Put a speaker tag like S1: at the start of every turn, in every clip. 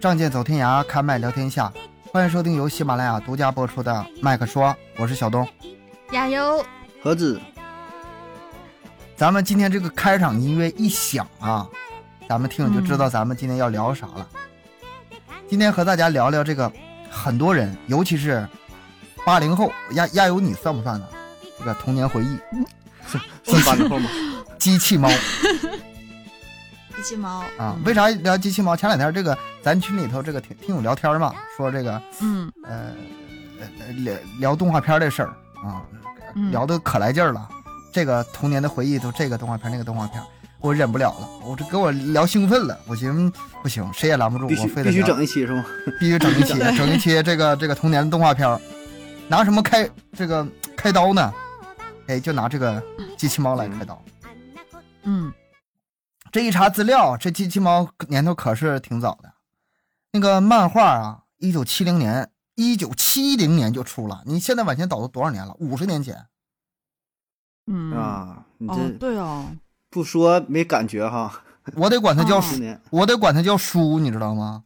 S1: 仗剑走天涯，开麦聊天下。欢迎收听由喜马拉雅独家播出的《麦克说》，我是小东。
S2: 加油！
S3: 盒子，
S1: 咱们今天这个开场音乐一响啊，咱们听友就知道咱们今天要聊啥了。今天和大家聊聊这个，很多人，尤其是八零后，亚亚友你算不算呢？这个童年回忆，
S3: 算 八零后吗？
S1: 机器猫
S2: 机器猫，嗯
S1: 啊，为啥聊机器猫？前两天这个咱群里头这个听听友聊天嘛，说这个
S2: 嗯，
S1: 呃呃聊聊动画片的事儿啊，
S2: 嗯
S1: 聊的可来劲儿了。这个童年的回忆都这个动画片那个动画片，我忍不了了，我这给我聊兴奋了。我寻思不行，谁也拦不住
S3: 必
S1: 我，
S3: 须
S1: 非得
S3: 必须
S1: 聊
S3: 整一期是吗？
S1: 必须整一期整一期这个这个童年的动画片儿，拿什么开这个开刀呢？哎，就拿这个机器猫来开刀。
S2: 嗯，
S1: 这一查资料，这机器猫年头可是挺早的。那个漫画啊，一九七零年，一九七零年就出了。你现在往前倒都多少年了？五十年前。
S2: 嗯，
S3: 啊，你
S2: 哦，
S3: 这
S2: 对哦，
S3: 不说没感觉哈。
S1: 我得管它叫
S2: 哦
S1: 叔
S3: 去，年
S1: 我得管它叫叔，你知道吗？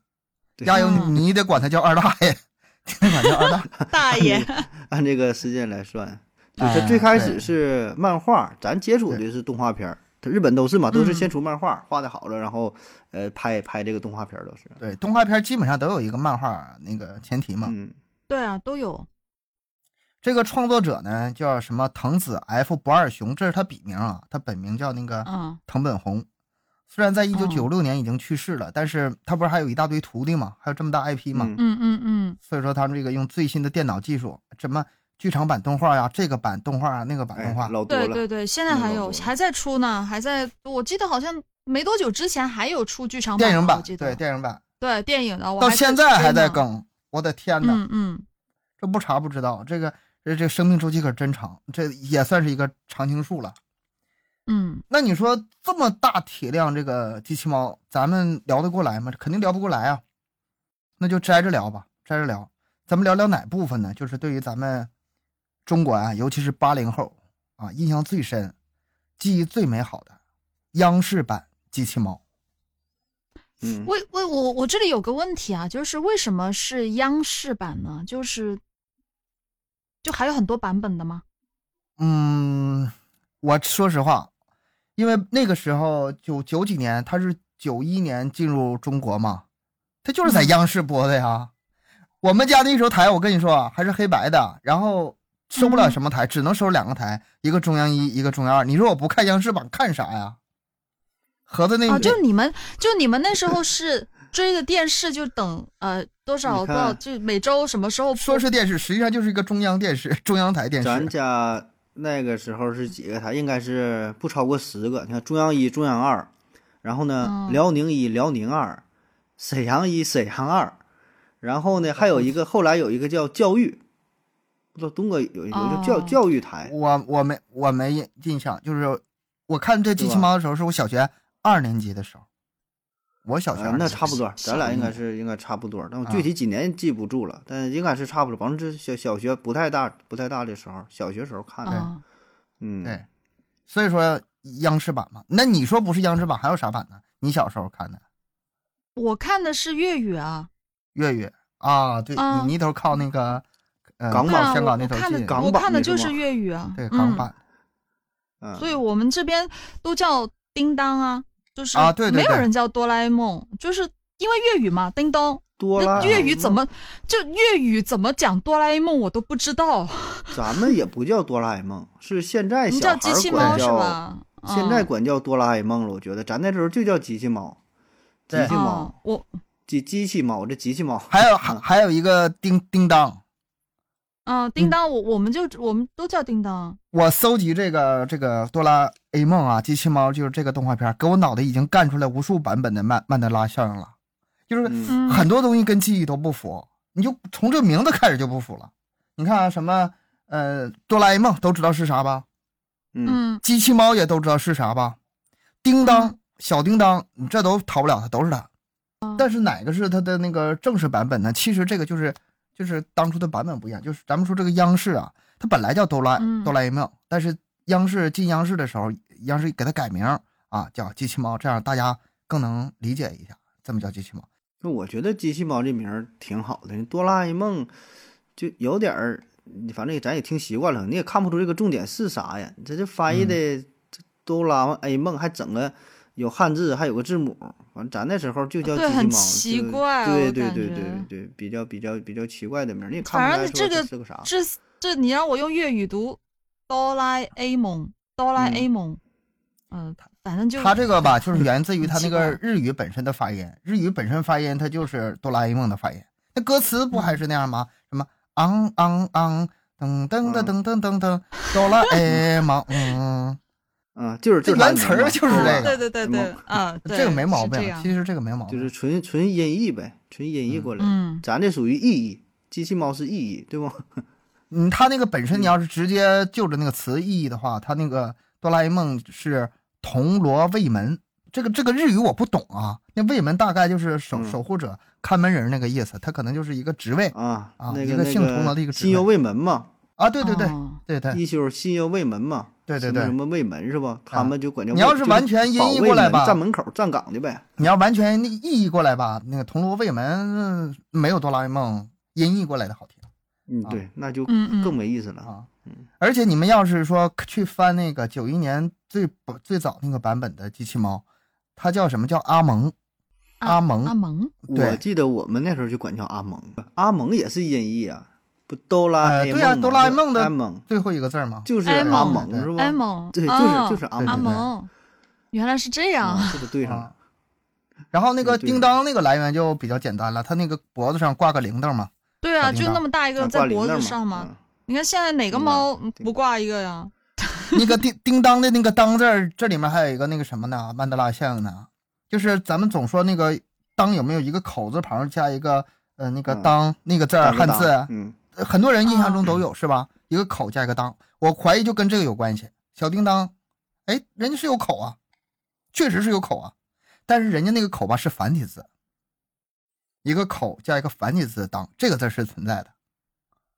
S3: 对
S1: 加油，
S2: 嗯
S1: 你你得管它叫二大爷， 得管它叫二 大爷。
S2: 大
S3: 爷，按这个时间来算，就是
S1: 哎
S3: 最开始
S1: 对
S3: 是漫画，咱接触的是动画片儿。它日本都是嘛，都是先出漫
S1: 嗯
S3: 画，画的好了，然后呃拍拍这个动画片儿都是。
S1: 对，动画片基本上都有一个漫画那个前提嘛。
S3: 嗯，
S2: 对啊，都有，
S1: 这个创作者呢叫什么藤子 F 不二雄，这是他笔名啊，他本名叫那个
S2: 嗯
S1: 藤本弘。虽然在一九
S2: 哦
S1: 九六年已经去世了，但是他不是还有一大堆徒弟嘛，还有这么大 IP 嘛，
S3: 嗯
S2: 嗯嗯嗯，
S1: 所以说他们这个用最新的电脑技术，什么剧场版动画呀、这个版动画啊，那个版
S3: 哎
S1: 动画，，
S3: 老多
S2: 对
S3: 了。
S2: 对对，现在还
S3: 那个
S2: 有
S3: 我
S2: 还在出呢，还在，我记得好像没多久之前还有出剧场版
S1: 电
S2: 的，
S1: 影
S2: 我
S1: 版
S2: 记
S1: 对
S2: 得，
S1: 电影版，
S2: 对电影的，我
S1: 到现在还在
S2: 更，
S1: 更，我的天哪，
S2: 嗯嗯，
S1: 这不查不知道，这个这这生命周期可真长，这也算是一个常青树了。
S2: 嗯，
S1: 那你说这么大体量这个机器猫，咱们聊得过来吗？肯定聊不过来啊。那就摘着聊吧，摘着聊。咱们聊聊哪部分呢？就是对于咱们中国啊，尤其是八零后啊，印象最深、记忆最美好的央视版机器猫。
S3: 嗯，
S2: 为为我我这里有个问题啊，就是为什么是央视版呢？就是就还有很多版本的吗？
S1: 嗯，我说实话，因为那个时候九九几年，他是九一年进入中国嘛，他就是在
S2: 嗯
S1: 央视播的呀。我们家那时候台，我跟你说啊还是黑白的，然后收不了
S2: 嗯
S1: 什么台，只能收两个台，一个中央一，一个中央二。你说我不看央视版看啥呀？合着那
S2: 哦，就你们，就你们那时候是追着电视就等呃多少多
S3: 你看
S2: 少，就每周什么时候
S1: 说
S2: 播
S1: 是电视，实际上就是一个中央电视、中央台电视。
S3: 咱家那个时候是几个台？应该是不超过十个。你看中央一、中央二，然后呢，
S2: 嗯
S3: 辽宁一、辽宁二，沈阳一、沈阳二，然后呢，还有一个后来有一个叫教育，不知道东哥有有一个叫
S2: 哦
S3: 教育台，
S1: 我我没我没印印象，就是我看这机器
S3: 对吧
S1: 猫的时候，是我小学二年级的时候，我小学
S3: 啊
S1: 二，
S3: 那
S1: 年级
S3: 差不多，
S2: 小
S3: 咱俩应该
S1: 小嗯
S3: 是应该差不多，但我具体几年记不住了，但应该是差不多。反正这小小学不太大不太大的时候，小学时候看的，
S2: 啊？
S3: 嗯，
S1: 对，所以说央视版嘛。那你说不是央视版，还有啥版呢？你小时候看的
S2: 我看的是粤语啊，
S1: 粤语啊？对、
S2: 啊
S1: 你那头靠那个呃
S3: 港版
S2: 对啊
S1: 香
S2: 我
S1: 港那头
S2: 我看
S1: 近
S2: 的，
S3: 港
S2: 我
S3: 版
S2: 看的
S3: 那是
S2: 就是
S3: 吗
S2: 粤语啊，
S1: 对港
S2: 嗯，
S1: 版、
S3: 嗯，
S2: 所以我们这边都叫叮当啊，就是
S1: 啊对对
S2: 没有
S1: 对
S2: 人叫哆啦 A 梦，就是因为粤语嘛，叮咚。
S3: 多
S2: 那
S3: 了
S2: 粤语怎么就粤语怎么讲哆啦 A 梦我都不知道，
S3: 咱们也不叫哆啦 A 梦，是现在
S2: 你
S3: 小孩
S2: 叫
S3: 儿
S2: 机器
S3: 管
S2: 猫是
S3: 叫
S2: 吧？
S3: 现在
S2: 嗯
S3: 管叫哆啦 A 梦了。我觉得咱那时候就叫机器猫，机
S1: 对
S2: 嗯
S3: 器猫，，
S2: 我
S3: 机机器猫，这机器猫
S1: 还有还还有一个叮叮当。
S2: 嗯，叮当，我我们就我们都叫叮当。
S1: 我搜集这个这个哆啦 A 梦啊，机器猫就是这个动画片，给我脑袋已经干出来无数版本的曼曼德拉效应了，就是
S3: 嗯
S2: 嗯
S1: 很多东西跟记忆都不符，你就从这名字开始就不符了。你看、啊、什么呃，哆啦 A 梦都知道是啥吧，
S3: 嗯，
S2: 嗯
S1: 机器猫也都知道是啥吧，叮当、
S2: 嗯哦
S1: 小叮当，你这都逃不了，它都是它。但是哪个是它的那个正式版本呢？其实这个就是就是当初的版本不一样，就是咱们说这个央视啊，它本来叫哆啦、
S2: 嗯
S1: 哆啦 A 梦，但是央视进央视的时候，央视给它改名啊，叫机器猫，这样大家更能理解一下，这么叫机器猫。
S3: 那我觉得机器猫这名儿挺好的，哆啦 A 梦就有点儿，反正咱也听习惯了，你也看不出这个重点是啥呀。这这翻译
S2: 嗯
S3: 的这哆啦 A 梦还整个有汉字，还有个字母，反正咱那时候就叫机
S2: 啊对很
S3: 器猫，
S2: 奇
S3: 就
S2: 怪啊
S3: 对
S2: 我
S3: 对
S2: 感
S3: 对
S2: 觉
S3: 对对，比较比较比较奇怪的名儿，你也看不
S2: 反
S3: 出
S2: 正
S3: 来
S2: 这
S3: 说
S2: 个
S3: 是个啥。
S2: 这这你让我用粤语读，哆啦 A 梦，哆啦 A 梦，嗯、反正就
S1: 它这个吧，就是源自于
S2: 很
S1: 它那
S2: 奇
S1: 个
S2: 怪
S1: 日语本身的发音，日语本身发音它就是哆啦 A 梦的发音。那歌词不还是那样吗？什么昂昂昂噔噔噔噔噔噔噔，哆啦 A 梦， 嗯，
S3: 嗯，就是
S1: 这
S3: 就是它
S1: 原词儿
S3: 名
S1: 就是
S3: 嘛
S1: 这
S2: 啊
S1: 个
S2: 对对对对，啊，对，
S1: 这个没毛
S2: 是这
S1: 病。
S2: 样
S1: 其实这个没毛病，
S3: 就是纯纯音译呗，纯音译过来。
S2: 嗯，
S3: 咱这属于意译，机器猫是意译，对不？
S1: 嗯，它那个本身你要是直接就着那个词意义的话，它那个哆啦 A 梦是铜锣卫门，这个这个日语我不懂啊。那卫门大概就是守、
S3: 嗯
S1: 守护者、看门人那个意思，它可能就是一个职位
S3: 啊，
S1: 啊
S3: 那
S1: 一
S3: 个
S1: 个
S3: 那
S1: 姓童的一个职
S3: 心忧
S1: 位
S3: 未门嘛，
S1: 啊。对对对、
S2: 哦
S1: 对对，
S3: 一休心忧未门嘛，
S1: 对对
S3: 什么
S1: 对啊
S3: 什么未门是吧？他们就管叫
S1: 你
S3: 卫
S1: 要是
S3: 就
S1: 完全音
S3: 保
S1: 译
S3: 卫
S1: 过来
S3: 门
S1: 吧
S3: 站门口站岗的呗。
S1: 你要完全那意译过来吧，那个铜锣卫门嗯没有哆啦 A 梦音译过来的好听。
S3: 嗯，
S1: 啊
S3: 对，那就
S2: 嗯嗯
S3: 更没意思了。
S1: 啊。而且你们要是说去翻那个九一年最不最早那个版本的机器猫，它叫什么叫阿蒙？
S2: 啊
S1: 阿蒙
S2: 阿蒙，
S1: 对
S3: 我记得我们那时候就管叫阿蒙，阿蒙也是音译啊，不哆啦
S1: 呃
S3: A
S1: 对呀
S3: 梦嘛
S1: 哆啦 A
S3: 就
S1: 梦的
S3: 阿蒙
S1: 最后一个字儿吗？
S3: 就是
S2: 哎
S3: 阿
S2: 蒙
S3: 蒙是吧？
S2: 埃蒙，
S3: 对，就是
S2: 哦
S3: 就是阿
S1: 对
S2: 阿
S1: 对
S3: 蒙，
S2: 蒙，原来是这样，
S3: 啊这个对上
S1: 啊
S3: 了。。
S1: 然后那个
S3: 对对
S1: 叮当那个来源就比较简单了，它那个脖子上挂个铃铛 嘛。
S2: 对
S1: 小
S2: 啊，
S1: 叮
S2: 就
S1: 当
S2: 那么大一个
S3: 啊
S2: 在
S3: 挂铃
S2: 脖
S3: 铛
S2: 子上
S3: 嘛
S1: 嗯
S2: 嘛，，你看现在哪个
S3: 铃铛
S2: 猫不
S3: 对
S2: 挂一个呀？
S1: 那个叮叮当的那个当字儿，这里面还有一个那个什么呢？曼德拉效应呢？就是咱们总说那个当有没有一个口字旁加一个呃那个
S3: 嗯
S1: 当那个字
S3: 嗯
S1: 儿
S3: 大哥
S1: 呃汉
S3: 大
S1: 字，啊
S3: 嗯，
S1: 很多人印象中都有，是吧？一个口加一个当，我怀疑就跟这个有关系。小叮当，哎，人家是有口啊，确实是有口啊，但是人家那个口吧是繁体字，一个口加一个繁体字的当，这个字是存在的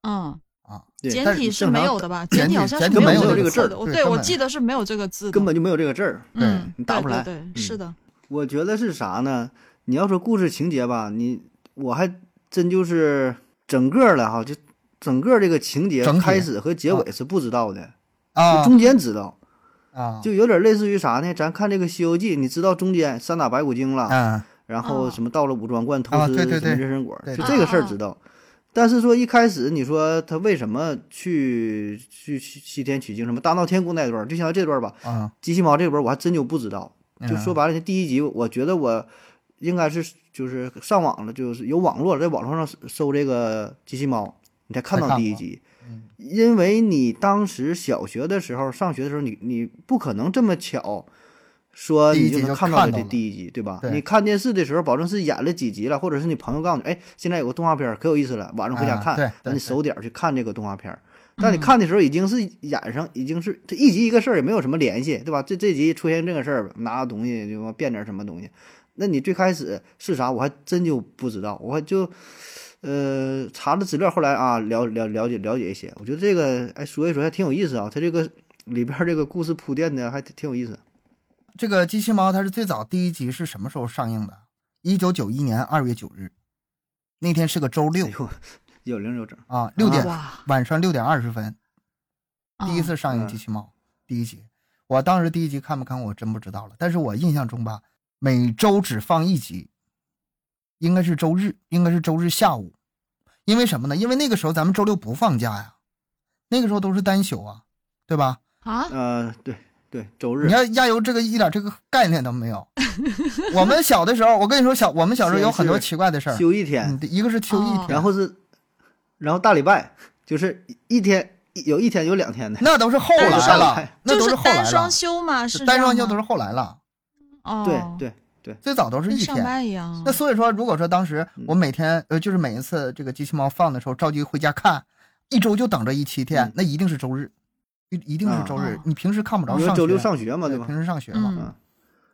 S2: 嗯，
S1: 啊。
S3: 对
S2: 简
S1: 但是
S2: 体是
S1: 正常
S2: 没有的吧？
S1: 简
S2: 体
S1: 体
S2: 好像是
S1: 简体
S2: 没
S3: 没有
S2: 这
S3: 这个字
S2: 字
S3: 儿
S2: 的，
S1: 对
S2: 对
S1: 根
S2: 我
S1: 本
S2: 记得是没有这个字的，
S3: 根本就没有这个字儿。
S1: 对
S2: 嗯，
S3: 你打
S2: 对
S3: 不
S2: 对
S3: 来
S2: 对
S3: 嗯
S2: 是的，
S3: 我觉得是啥呢？你要说故事情节吧，你我还真就是整个了哈，就整个这个情节
S1: 整体
S3: 开始和结尾是不知道的，就
S1: 啊
S3: 中间知道，
S1: 啊，
S3: 就有点类似于啥呢？咱看这个《西游记》，你知道中间三打白骨精了，
S1: 嗯
S3: 然后什么到了五庄观偷
S1: 啊
S3: 吃
S1: 对
S3: 什
S1: 对
S3: 么
S1: 对
S3: 人参果，
S1: 对
S3: 就
S1: 对
S3: 这个事儿
S2: 啊
S3: 知道。但是说一开始你说他为什么去去去西天取经，什么大闹天宫那段儿，就像这段儿吧，
S1: 啊，
S3: 机器猫这边我还真就不知道。 就说
S1: 吧，
S3: 白了，第一集我觉得我应该是就是上网了，就是有网络了，在网络上搜这个机器猫，你才看
S1: 才
S3: 到
S1: 看
S3: 第一
S1: 过
S3: 集
S1: 嗯。
S3: 因为你当时小学的时候、上学的时候，你你不可能这么巧说
S1: 第一
S3: 你
S1: 集
S3: 能
S1: 就
S3: 看
S1: 看
S3: 到
S1: 到
S3: 这
S1: 了
S3: 第一集，对吧？
S1: 对
S3: 你看电视的时候，保证是演了几集了，或者是你朋友告诉你，哎，现在有个动画片儿可有意思了，晚上回家
S1: 啊
S3: 看，
S1: 对对
S3: 那你
S1: 对
S3: 守点儿去看这个动画片儿。但你看的时候已经是演上，已经是这一集一个事儿，也没有什么联系，对吧？这这集出现这个事儿，拿个东西就说变点什么东西，那你最开始是啥？我还真就不知道，我还就呃查了资料，后来啊了了了解了解一些，我觉得这个哎说一说还挺有意思啊，它这个里边儿这个故事铺垫的还挺挺有意思。
S1: 这个机器猫它是最早第一集是什么时候上映的？一九九一年二月九日，那天是个周六
S3: 哎呦，有零有整，
S1: 啊，六点
S2: 哇，
S1: 晚上六点二十分，第一
S2: 嗯
S1: 次上映《
S3: 嗯
S1: 机器猫》第一集，我当时第一集看没看我真不知道了，但是我印象中吧，每周只放一集，应该是周日，应该是周日下午，因为什么呢？因为那个时候咱们周六不放假呀，那个时候都是单休啊，对吧？
S2: 啊，
S3: 呃，对对，周日
S1: 你看亚游这个一点这个概念都没 有。我们小的时候，我跟你说小我们小时候有很多
S3: 是
S1: 奇怪的事儿，
S3: 休一天
S1: 嗯，，一个是休一
S2: 哦
S1: 天，
S3: 然后是然后大礼拜就是一一天一有一天有两天的。
S1: 那都是后
S2: 但是
S1: 来
S2: 上
S1: 了，那
S2: 就
S1: 都
S2: 是
S1: 后来
S2: 单
S1: 了
S2: 双，休嘛，是
S1: 单
S2: 这
S1: 双
S2: 样
S1: 休都是
S2: 吗
S1: 后来了，
S2: 哦，
S3: 对对，
S1: 最早都是
S2: 跟
S1: 一
S2: 上
S1: 天。
S2: 班一样
S1: 那，所以说，如果说当时
S3: 嗯
S1: 我每天呃，就是每一次这个机器猫放的时候，着急回家看，一周就等着一七天
S3: 嗯，
S1: 那一定是周日，一一定是周日
S2: 啊。
S1: 你平时看不着
S3: 因
S1: 上
S3: 为
S1: 学，
S3: 周六上学嘛，
S1: 对
S3: 对吧？
S1: 平时上学嘛。
S2: 嗯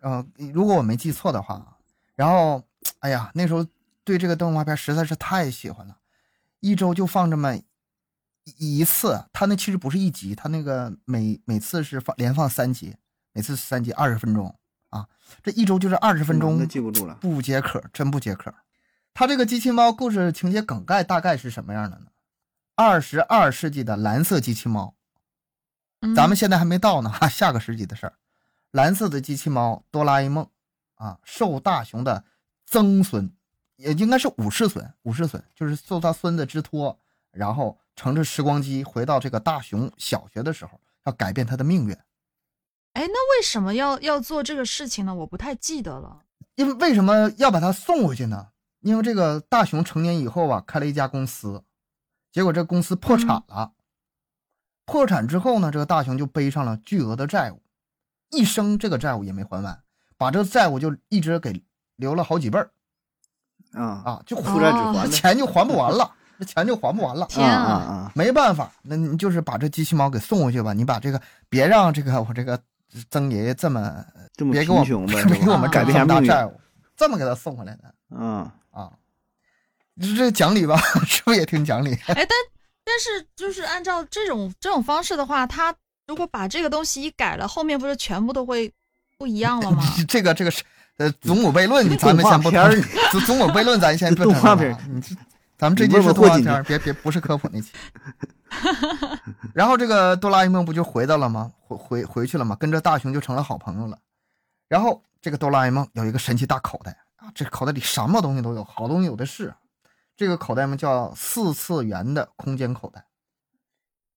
S1: 嗯，如果我没记错的话，然后，哎呀，那时候对这个动画片实在是太喜欢了，一周就放这么一一次。它那其实不是一集，它那个每每次是放连放三集，每次三集二十分钟啊，这一周就是二十分
S3: 嗯
S1: 钟
S3: 那记不住了。
S1: 不解渴，真不解渴。它这个机器猫故事情节梗概大概是什么样的呢？二十二世纪的蓝色机器猫，
S2: 嗯
S1: 咱们现在还没到呢，哈，下个世纪的事儿。蓝色的机器猫哆啦 A 梦啊，受大雄的曾孙，也应该是五世孙，五世孙就是受他孙子之托，然后乘着时光机回到这个大雄小学的时候，要改变他的命运。
S2: 哎，那为什么要要做这个事情呢？我不太记得了。
S1: 因为为什么要把他送回去呢？因为这个大雄成年以后啊，开了一家公司，结果这公司破产
S3: 嗯
S1: 了。破产之后呢，这个大雄就背上了巨额的债务，一生这个债务也没还完，把这个债务就一直给留了好几辈儿
S3: 啊，
S1: 啊，就
S3: 负债只
S2: 哦
S3: 还
S1: 这
S3: 的，
S1: 钱就还不完了，这钱就还不完了。
S2: 天
S3: 啊
S2: 啊
S3: 啊啊！
S1: 没办法，那你就是把这机器猫给送回去吧，你把这个别让这个我这个曾爷爷这么
S3: 这么
S1: 别给
S3: 贫
S1: 我
S3: 穷呗，
S1: 别给我们
S3: 改
S1: 这么
S3: 变下
S1: 大
S3: 命运
S1: 债务，这么给他送回来的。
S3: 嗯，
S1: 啊，这这讲理吧？ 是不是也挺讲理？
S2: 哎，但但是就是按照这种这种方式的话，他如果把这个东西一改了，后面不是全部都会不一样了 吗？啊
S1: 这个这个是呃，祖母悖论，
S3: 你
S1: 咱们先不
S3: 动画
S1: 谈
S3: 片 儿。
S1: 祖祖母悖论，咱先不谈了啊。
S3: 动画片儿
S1: 你这，咱们这
S3: 你
S1: 期
S3: 问
S1: 是
S3: 问
S1: 动画
S3: 霍金
S1: 片儿，别别不是科普 那期。然后这个哆啦 A 梦不就回到了吗？回回回去了吗？跟着大雄就成了好朋友了。然后这个哆啦 A 梦有一个神奇大口袋啊，这口袋里什么东西都有，好东西有的是。这个口袋嘛叫四次元的空间口袋，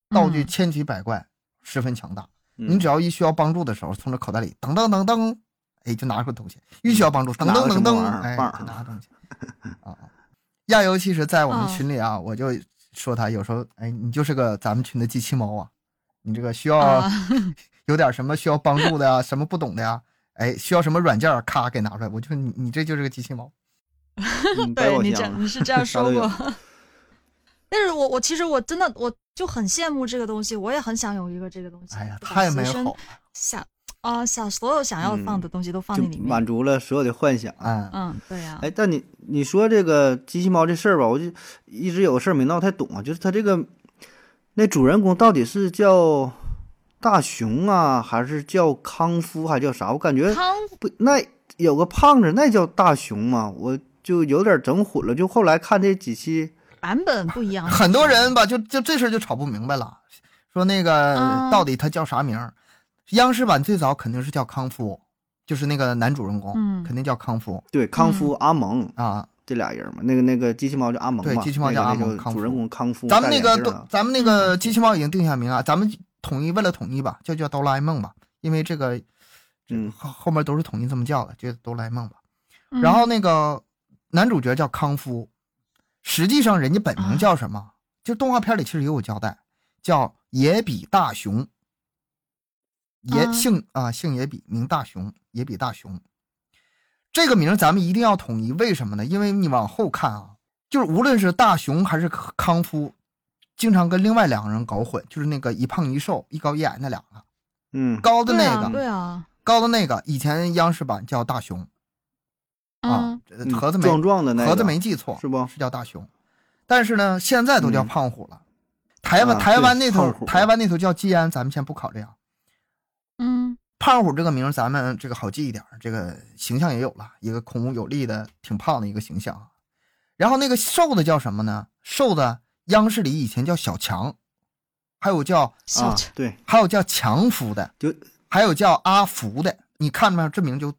S1: 道具
S2: 嗯
S1: 千奇百怪，十分强大。
S3: 嗯
S1: 你只要一需要帮助的时候，从这口袋里噔噔噔噔，哎，就拿出东西；一需要帮助，噔
S3: 嗯拿
S1: 噔
S3: 个
S1: 噔
S3: 什么
S1: 噔
S3: 玩意，儿
S1: 哎，
S3: 棒儿
S1: 就拿东西。啊，亚游其实，在我们
S2: 哦
S1: 群里啊，我就说他有时候，哎，你就是个咱们群的机器猫啊，你这个需要
S3: 哦
S2: 啊，
S1: 有点什么需要帮助的 呀，什么不懂的呀，哎，需要什么软件儿，咔给拿出来。我就你你这就是个机器猫。
S3: 嗯百
S2: 对
S3: 宝
S2: 你这
S3: 箱
S2: 样你是这样
S3: 啥
S2: 说
S3: 都有
S2: 过。 但是我我其实我真的我就很羡慕这个东西，我也很想有一个这个东西。
S1: 哎呀，
S2: 就把
S1: 太
S2: 随
S1: 美好
S2: 身
S1: 了，
S2: 想啊、想所有想要放的东西都放
S3: 就
S2: 在里面。
S3: 满足了所有的幻想。
S1: 嗯，
S2: 嗯，对呀、
S3: 哎，但你你说这个机器猫这事儿吧，我就一直有个事儿没闹太懂啊，就是它这个那主人公到底是叫大雄啊，还是叫康夫，还叫啥？我感觉
S2: 康
S3: 不，那有个胖子，那叫大雄嘛，我就有点整混了。就后来看这几期，
S2: 版本不一样，
S1: 很多人吧，就就这事儿就吵不明白了，说那个
S2: 嗯
S1: 到底他叫啥名儿？央视版最早肯定是叫康夫，就是那个男主人公，
S2: 嗯
S1: 肯定叫康夫
S3: 对康夫、阿蒙
S1: 啊。
S3: 这俩人嘛，那个那个机器猫叫阿蒙
S1: 对
S3: 嘛，
S1: 机器猫
S3: 那
S1: 叫
S3: 个
S1: 阿
S3: 那
S1: 蒙
S3: 个
S1: 康
S3: 主
S1: 夫
S3: 人公康夫，
S1: 咱们那
S3: 戴
S1: 个
S3: 眼镜
S1: 哆
S3: 啊，
S1: 咱们那个机器猫已经定下名啊，咱们统一为了统一吧，就叫哆啦 A 梦吧，因为这个
S3: 嗯，
S1: 后后面都是统一这么叫的，就哆啦 A 梦吧。
S2: 嗯
S1: 然后那个男主角叫康夫，实际上人家本
S2: 啊
S1: 名叫什么？就动画片里其实也有交代，叫野比大雄。野、
S2: 嗯
S1: 姓啊、姓野比，名大雄，野比大雄。这个名儿咱们一定要统一，为什么呢？因为你往后看啊，就是无论是大雄还是康康夫，经常跟另外两个人搞混，就是那个一胖一瘦、一高一矮那两个，
S3: 嗯，
S1: 高的那个、
S2: 对啊，
S1: 高的那个，以前央视版叫大雄
S2: 对啊
S1: 啊
S2: 嗯，，
S1: 呃盒子没
S3: 壮壮的那个
S1: 盒子没记错，
S3: 是不？
S1: 是叫大熊，但是呢，现在都叫
S3: 嗯
S1: 胖虎了。台湾
S3: 啊
S1: 台湾
S3: 对
S1: 那头
S3: 胖虎
S1: 台湾那头叫季安，咱们先不考虑啊。
S2: 嗯
S1: 胖虎这个名儿咱们这个好记一点儿，这个形象也有了，一个孔武有力的挺胖的一个形象啊。然后那个瘦的叫什么呢？瘦的央视里以前叫小强，还有叫
S2: 小
S3: 啊
S2: 强，
S3: 对，
S1: 还有叫强福的，
S3: 就
S1: 还有叫阿福的。你看没有？这名就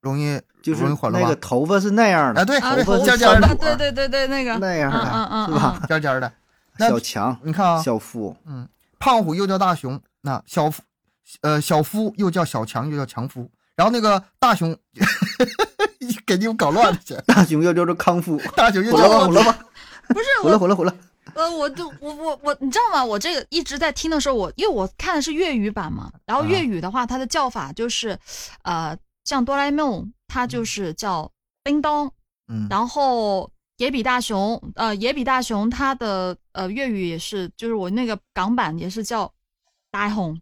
S1: 容易
S3: 就是
S1: 容易混
S3: 那
S1: 乱
S3: 个
S1: 吧？
S3: 头发是那样的，
S1: 啊，对，
S2: 啊
S3: 头发
S1: 尖
S3: 是
S1: 尖
S3: 三
S1: 儿
S2: 啊
S1: 的，
S2: 对对对对，那个，
S3: 那样啊
S2: 嗯嗯嗯
S3: 的，是吧？
S1: 尖尖儿的。啊那
S3: 小强、
S1: 你看啊，
S3: 小夫，
S1: 嗯，胖虎又叫大雄，那小夫，呃，小夫又叫小强，又叫强夫。然后那个大雄， 给你们搞乱了 去，
S3: 大雄要叫做康 夫，
S1: 大雄又
S3: 胡萝
S1: 叫
S3: 卜，胡萝卜，
S2: 不是
S3: 胡
S2: 我
S3: 萝卜，胡萝卜胡萝卜，
S2: 呃，我就我我我，你知道吗？我这个一直在听的时候，我因为我看的是粤语版嘛，然后
S1: 啊
S2: 粤语的话，它的叫法就是，呃，像哆啦 A 梦，它就是叫叮咚，
S1: 嗯，
S2: 然后野比大雄，呃，野比大雄它的呃粤语也是，就是我那个港版也是叫大雄，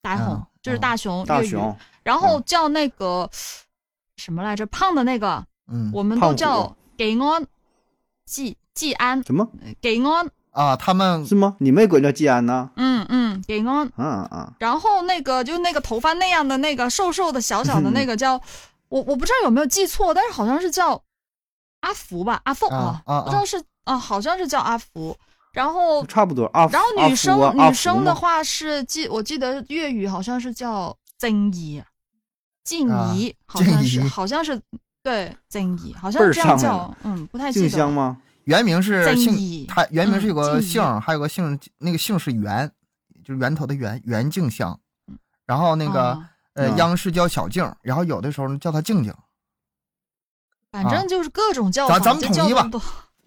S2: 大雄、
S1: 嗯
S2: 就是大雄
S3: 大
S2: 粤语，
S3: 熊，
S2: 然后叫那个、什么来着，胖的那个，
S1: 嗯
S2: 我们
S3: 胖
S2: 都
S3: 虎
S2: 叫给安，季季安，
S3: 什么
S2: 给安。
S1: 啊，他们
S3: 是吗？你没管叫季安呐？
S2: 嗯嗯，给安。
S3: 啊啊，
S2: 然后那个就那个头发那样的
S1: 嗯
S2: 那个瘦瘦的小小的那个叫，我我不知道有没有记错，但是好像是叫阿福吧，阿凤
S1: 啊啊
S2: 不知道是啊，好像是叫阿福。然后，
S3: 差不多啊。
S2: 然后女生、
S3: 阿福啊、
S2: 女生的
S3: 阿福嘛，
S2: 话是记，我记得粤语好像是叫静怡，静
S1: 啊
S2: 怡、好像
S1: 静
S2: 是
S1: 怡
S2: 好像是对静怡，好
S3: 倍
S2: 像
S3: 儿
S2: 是这样
S3: 上来
S2: 叫
S1: 啊
S3: 了，
S2: 嗯，不太记
S3: 静
S2: 得
S3: 香
S2: 了。
S3: 吗？
S1: 原名是
S2: 郑
S1: 姓，
S2: 义
S1: 他原名是有个
S2: 嗯郑义
S1: 姓儿，还有个姓，那个姓是袁，就是源头的袁，袁静香。然后那个、
S2: 啊
S1: 呃，
S3: 嗯
S1: 央视叫小静，然后有的时候呢叫她静静
S2: 反正就是各种叫
S1: 啊咱咱
S2: 法，
S1: 们
S2: 就
S1: 统
S2: 叫
S1: 一
S2: 这么
S1: 吧
S2: 多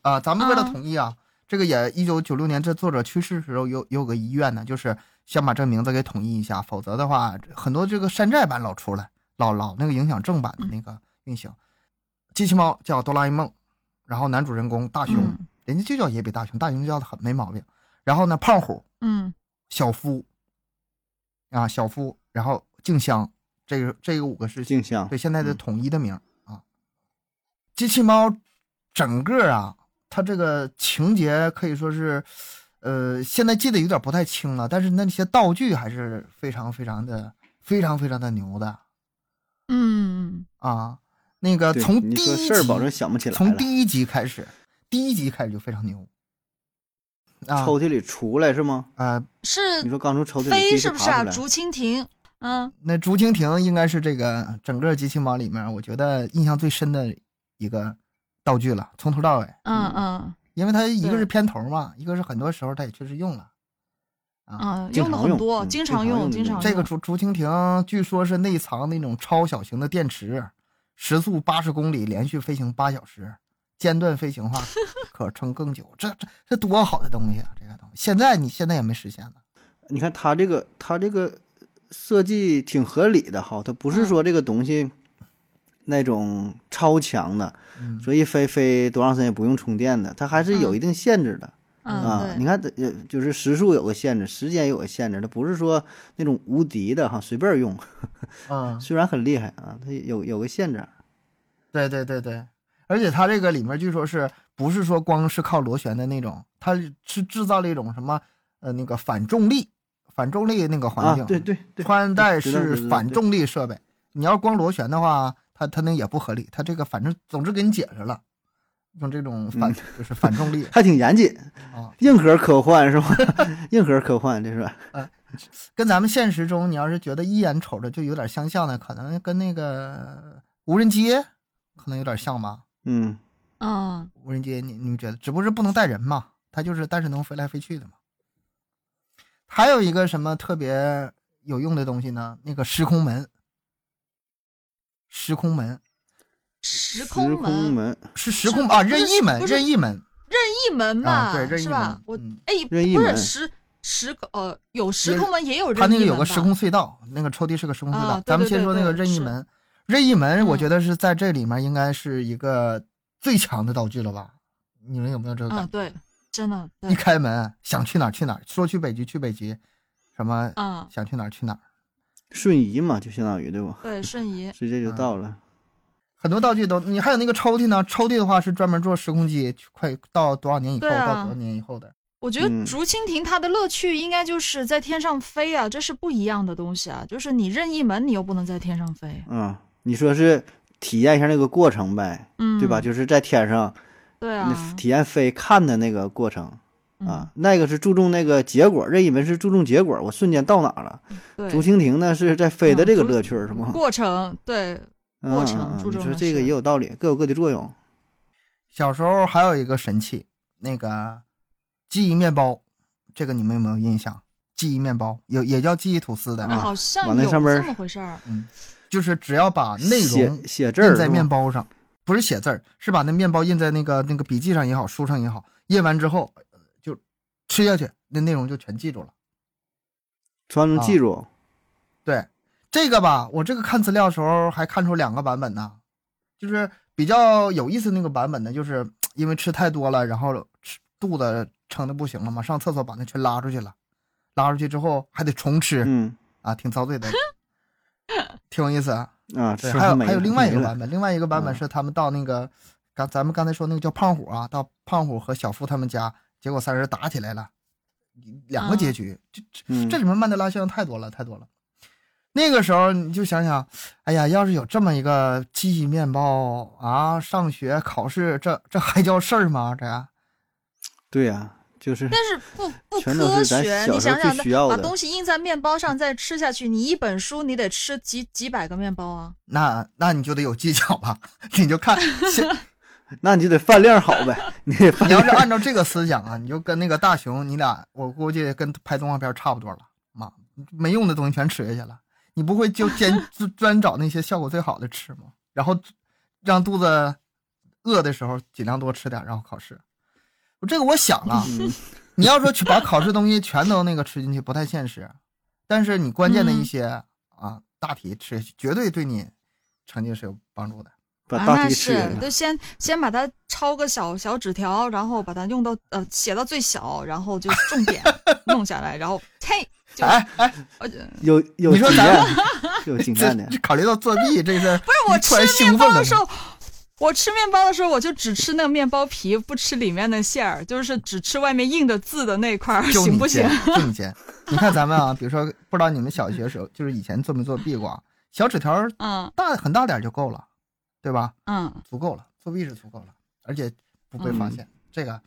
S1: 啊。咱们为了
S2: 啊
S1: 统一啊，这个也一九九六年这作者去世时候有有有个遗愿呢，就是想把这名字给统一一下，否则的话很多这个山寨版老出来，老老那个影响正版的那个运行。机器猫叫哆啦 A 梦，然后男主人公大雄，
S2: 嗯
S1: 人家就叫野比大雄，大雄叫的很没毛病。然后呢，胖虎
S2: 嗯
S1: 小夫啊，小夫，然后静香，这个这个五个是
S3: 静香
S1: 对现在的
S3: 嗯
S1: 统一的名儿、啊。机器猫整个啊，它这个情节可以说是，呃，现在记得有点不太清了，但是那些道具还是非常非常的非常非常的牛的
S2: 嗯
S1: 啊。那个
S3: 对
S1: 从
S3: 你
S1: 第
S3: 说
S1: 一
S3: 事儿，保
S1: 集
S3: 证想不起来
S1: 从
S3: 了。
S1: 第一集开始，第一集开始就非常牛啊
S3: 抽屉里出来是吗？
S1: 呃，
S2: 是
S3: 你说刚从抽屉里第
S2: 飞
S3: 一次
S2: 是不是
S3: 爬
S2: 啊？
S3: 出来
S2: 竹蜻蜓，嗯
S1: 那竹蜻蜓应该是这个整个机器猫里面，我觉得印象最深的一个道具了，从头到尾，
S2: 嗯嗯
S1: 因为它一个
S2: 对
S1: 是片头嘛，一个是很多时候它也确实用了。
S2: 嗯，
S3: 经
S2: 用的
S3: 常
S2: 很
S3: 用
S2: 多，经
S3: 嗯经
S2: 常
S3: 常用
S2: 用，
S3: 的
S2: 经
S3: 那
S2: 常
S3: 种
S1: 这个
S2: 用
S1: 竹竹蜻蜓据说是内藏那种超小型的电池，时速八十公里，连续飞行八小时，间断飞行的话可撑更久。这这这多好的东西啊！这个东西现在你现在也没实现呢。
S3: 你看它这个它这个设计挺合理的哈，它不
S2: 嗯
S3: 是说这个东西那种超强的，
S1: 嗯
S3: 所以飞飞多长时间也不用充电的，它还是有一定限制的、啊。
S2: 嗯
S3: 你
S2: 对，
S3: 看它呃就是时速有个限制，时间有个限制，它不是说那种无敌的哈，随便 用，
S1: 嗯，
S3: 虽然很厉害啊，它有有个限制。啊
S1: 对对对对，而且它这个里面据说是不是说光是靠螺旋的那种，它是制造了一种什么呃那个反重力，反重力那个环
S3: 啊
S1: 境，，
S3: 对对对，
S1: 宽带
S3: 知道知
S1: 是
S3: 道知道
S1: 反
S3: 对
S1: 重力设备。你要光螺旋的话，它它那也不合理，它这个反正总之给你解释了，用这
S3: 嗯
S1: 种 反、就是反重力
S3: 还挺严谨，
S1: 啊，
S3: 硬核科幻是吗？硬核科幻这是。
S1: 跟咱们现实中你要是觉得一眼瞅着就有点相像的，可能跟那个无人机可能有点像吧。
S3: 嗯，
S2: 嗯
S1: 无人机，你你们觉得？只不过是不能带人嘛，它就是但是能飞来飞去的嘛。还有一个什么特别有用的东西呢？那个时空门，时空门
S2: 时
S3: 时
S2: 空
S3: 空
S2: 门
S3: 门，
S1: 是时空
S2: 是
S1: 啊，
S2: 不是
S1: 任意门，
S2: 不是
S1: 任意门
S2: 任意门
S1: 啊，
S2: 吧，
S1: 对，任意
S2: 是
S1: 门
S2: 吧？，我
S1: 嗯
S2: 哎，不
S3: 任意
S2: 是
S3: 门
S2: 时时呃有时
S1: 任
S2: 空门也有任意
S1: 它
S2: 门吧，
S1: 那个有个时空隧道，那个抽屉是个时空隧道。
S2: 啊对
S1: 咱们
S2: 对
S1: 先
S2: 对
S1: 说那个
S2: 对
S1: 任意
S2: 是
S1: 门，任意门，我
S2: 嗯
S1: 觉得是在这里面应该是一个最强的道具了吧？你们有没有这个感觉？
S2: 嗯对，真的对
S1: 一开门想去哪儿去哪儿，说去北极去北极，什么
S2: 嗯
S1: 想去哪儿去哪儿，
S3: 瞬移嘛，就相当于对吧？
S2: 对瞬移
S3: 直接就
S1: 嗯
S3: 到了。
S1: 很多道具都你还有那个抽屉呢，抽屉的话是专门做时空机，去快到多少年以后、
S2: 对啊
S1: 到多少年以后的，
S2: 我觉得
S3: 嗯
S2: 竹蜻蜓它的乐趣应该就是在天上飞啊，这是不一样的东西啊。就是你任意门，你又不能在天上飞，
S3: 嗯，你说是体验一下那个过程呗，
S2: 嗯，
S3: 对吧？就是在天上，
S2: 对
S3: 那
S2: 啊，
S3: 体验飞看的那个过程
S2: 嗯
S3: 啊，，那个是注重那个结果，任意门是注重结果，我瞬间到哪儿了。
S2: 对，嗯
S3: 竹蜻蜓呢是在飞的这个乐趣儿是吗？
S2: 过程，对，
S3: 嗯
S2: 过程
S3: 嗯嗯
S2: 注重
S3: 你
S2: 的
S3: 说这个
S2: 是
S3: 也有道理，各有各的作用。
S1: 小时候还有一个神器，那个记忆面包，这个你们有没有印象？记忆面包有也叫记忆吐司的，
S3: 啊
S2: 好像
S3: 往那
S2: 有
S3: 上边
S2: 这么回事 儿。
S1: 就是只要把内容
S3: 写写字
S1: 印
S3: 儿
S1: 在
S3: 是
S1: 面
S3: 吗？
S1: 包上，不是写字儿，是把那面包印在那个那个笔记上也好，书上也好，印完之后呃就吃下去，那内容就全记住了。
S3: 传
S1: 啊
S3: 能记住。
S1: 对这个吧，我这个看资料的时候还看出两个版本呢，就是比较有意思那个版本呢，就是因为吃太多了，然后吃肚子撑的不行了嘛，上厕所把那全拉出去了，拉出去之后还得重吃、
S3: 嗯
S1: 啊，挺遭罪的，挺有意思啊。
S3: 啊，
S1: 对，
S3: 吃
S1: 还有
S3: 没
S1: 还有
S3: 了
S1: 另外一个
S3: 没了
S1: 版本，另外一个版本
S3: 嗯
S1: 是他们到那个，刚咱们刚才说那个叫胖虎啊，到胖虎和小夫他们家，结果三人打起来了，两个结
S2: 嗯
S1: 局，这这
S3: 嗯
S1: 这里面曼德拉效应太多了太多了。那个时候你就想想，哎呀，要是有这么一个记忆面包啊，上学考试这这还叫事儿吗？这
S3: 对呀、就是
S2: 但是不不
S3: 全都
S2: 科
S3: 是咱
S2: 学，
S3: 小
S2: 你
S3: 时候
S2: 想想
S3: 最需要，
S2: 把
S3: 的
S2: 东西印在面包上再吃下去，你一本书你得吃几几百个面包啊！
S1: 那那你就得有技巧吧？ 你就看，先
S3: 那你就得饭量好呗，你得 饭
S1: 你 要是按照这个思想啊，你就跟那个大熊，你俩我估计跟拍动画片差不多了。妈，没用的东西全吃下去了，你不会就兼专专找那些效果最好的吃吗？然后让肚子饿的时候尽量多吃点，然后考试。我这个我想了，
S3: 嗯
S1: 你要说去把考试东西全都那个吃进去不太现实，但是你关键的一
S2: 嗯
S1: 些、啊大题吃下去，绝对对你成绩是有帮助的。
S3: 把
S2: 啊，
S3: 大
S2: 那
S3: 题吃
S2: 是
S3: 下
S2: 你
S3: 去。
S2: 就先先把它抄个小小纸条，然后把它用到呃写到最小，然后就重 点弄下来，然后嘿，就呃
S1: 哎哎，
S2: 我觉得不
S3: 有有
S1: 你
S3: 经
S1: 说咱
S3: 验，有经验的
S1: 这，这考虑到作弊这事儿，不
S2: 是我
S1: 突然
S2: 吃
S1: 兴
S2: 面
S1: 奋
S2: 包
S1: 了
S2: 的
S1: 呢
S2: 时候。我吃面包的时候，我就只吃那个面包皮，不吃里面的馅儿，就是只吃外面印的字的那块儿，
S1: 就
S2: 行
S1: 你
S2: 不行
S1: 奸？ 就你 奸。你看咱们啊，比如说，不知道你们小学时候，就是以前做没做弊过啊？小纸条儿
S2: 嗯
S1: 大很大点儿就够了，对吧？
S2: 嗯，
S1: 足够了，作弊是足够了，而且不被发现，这个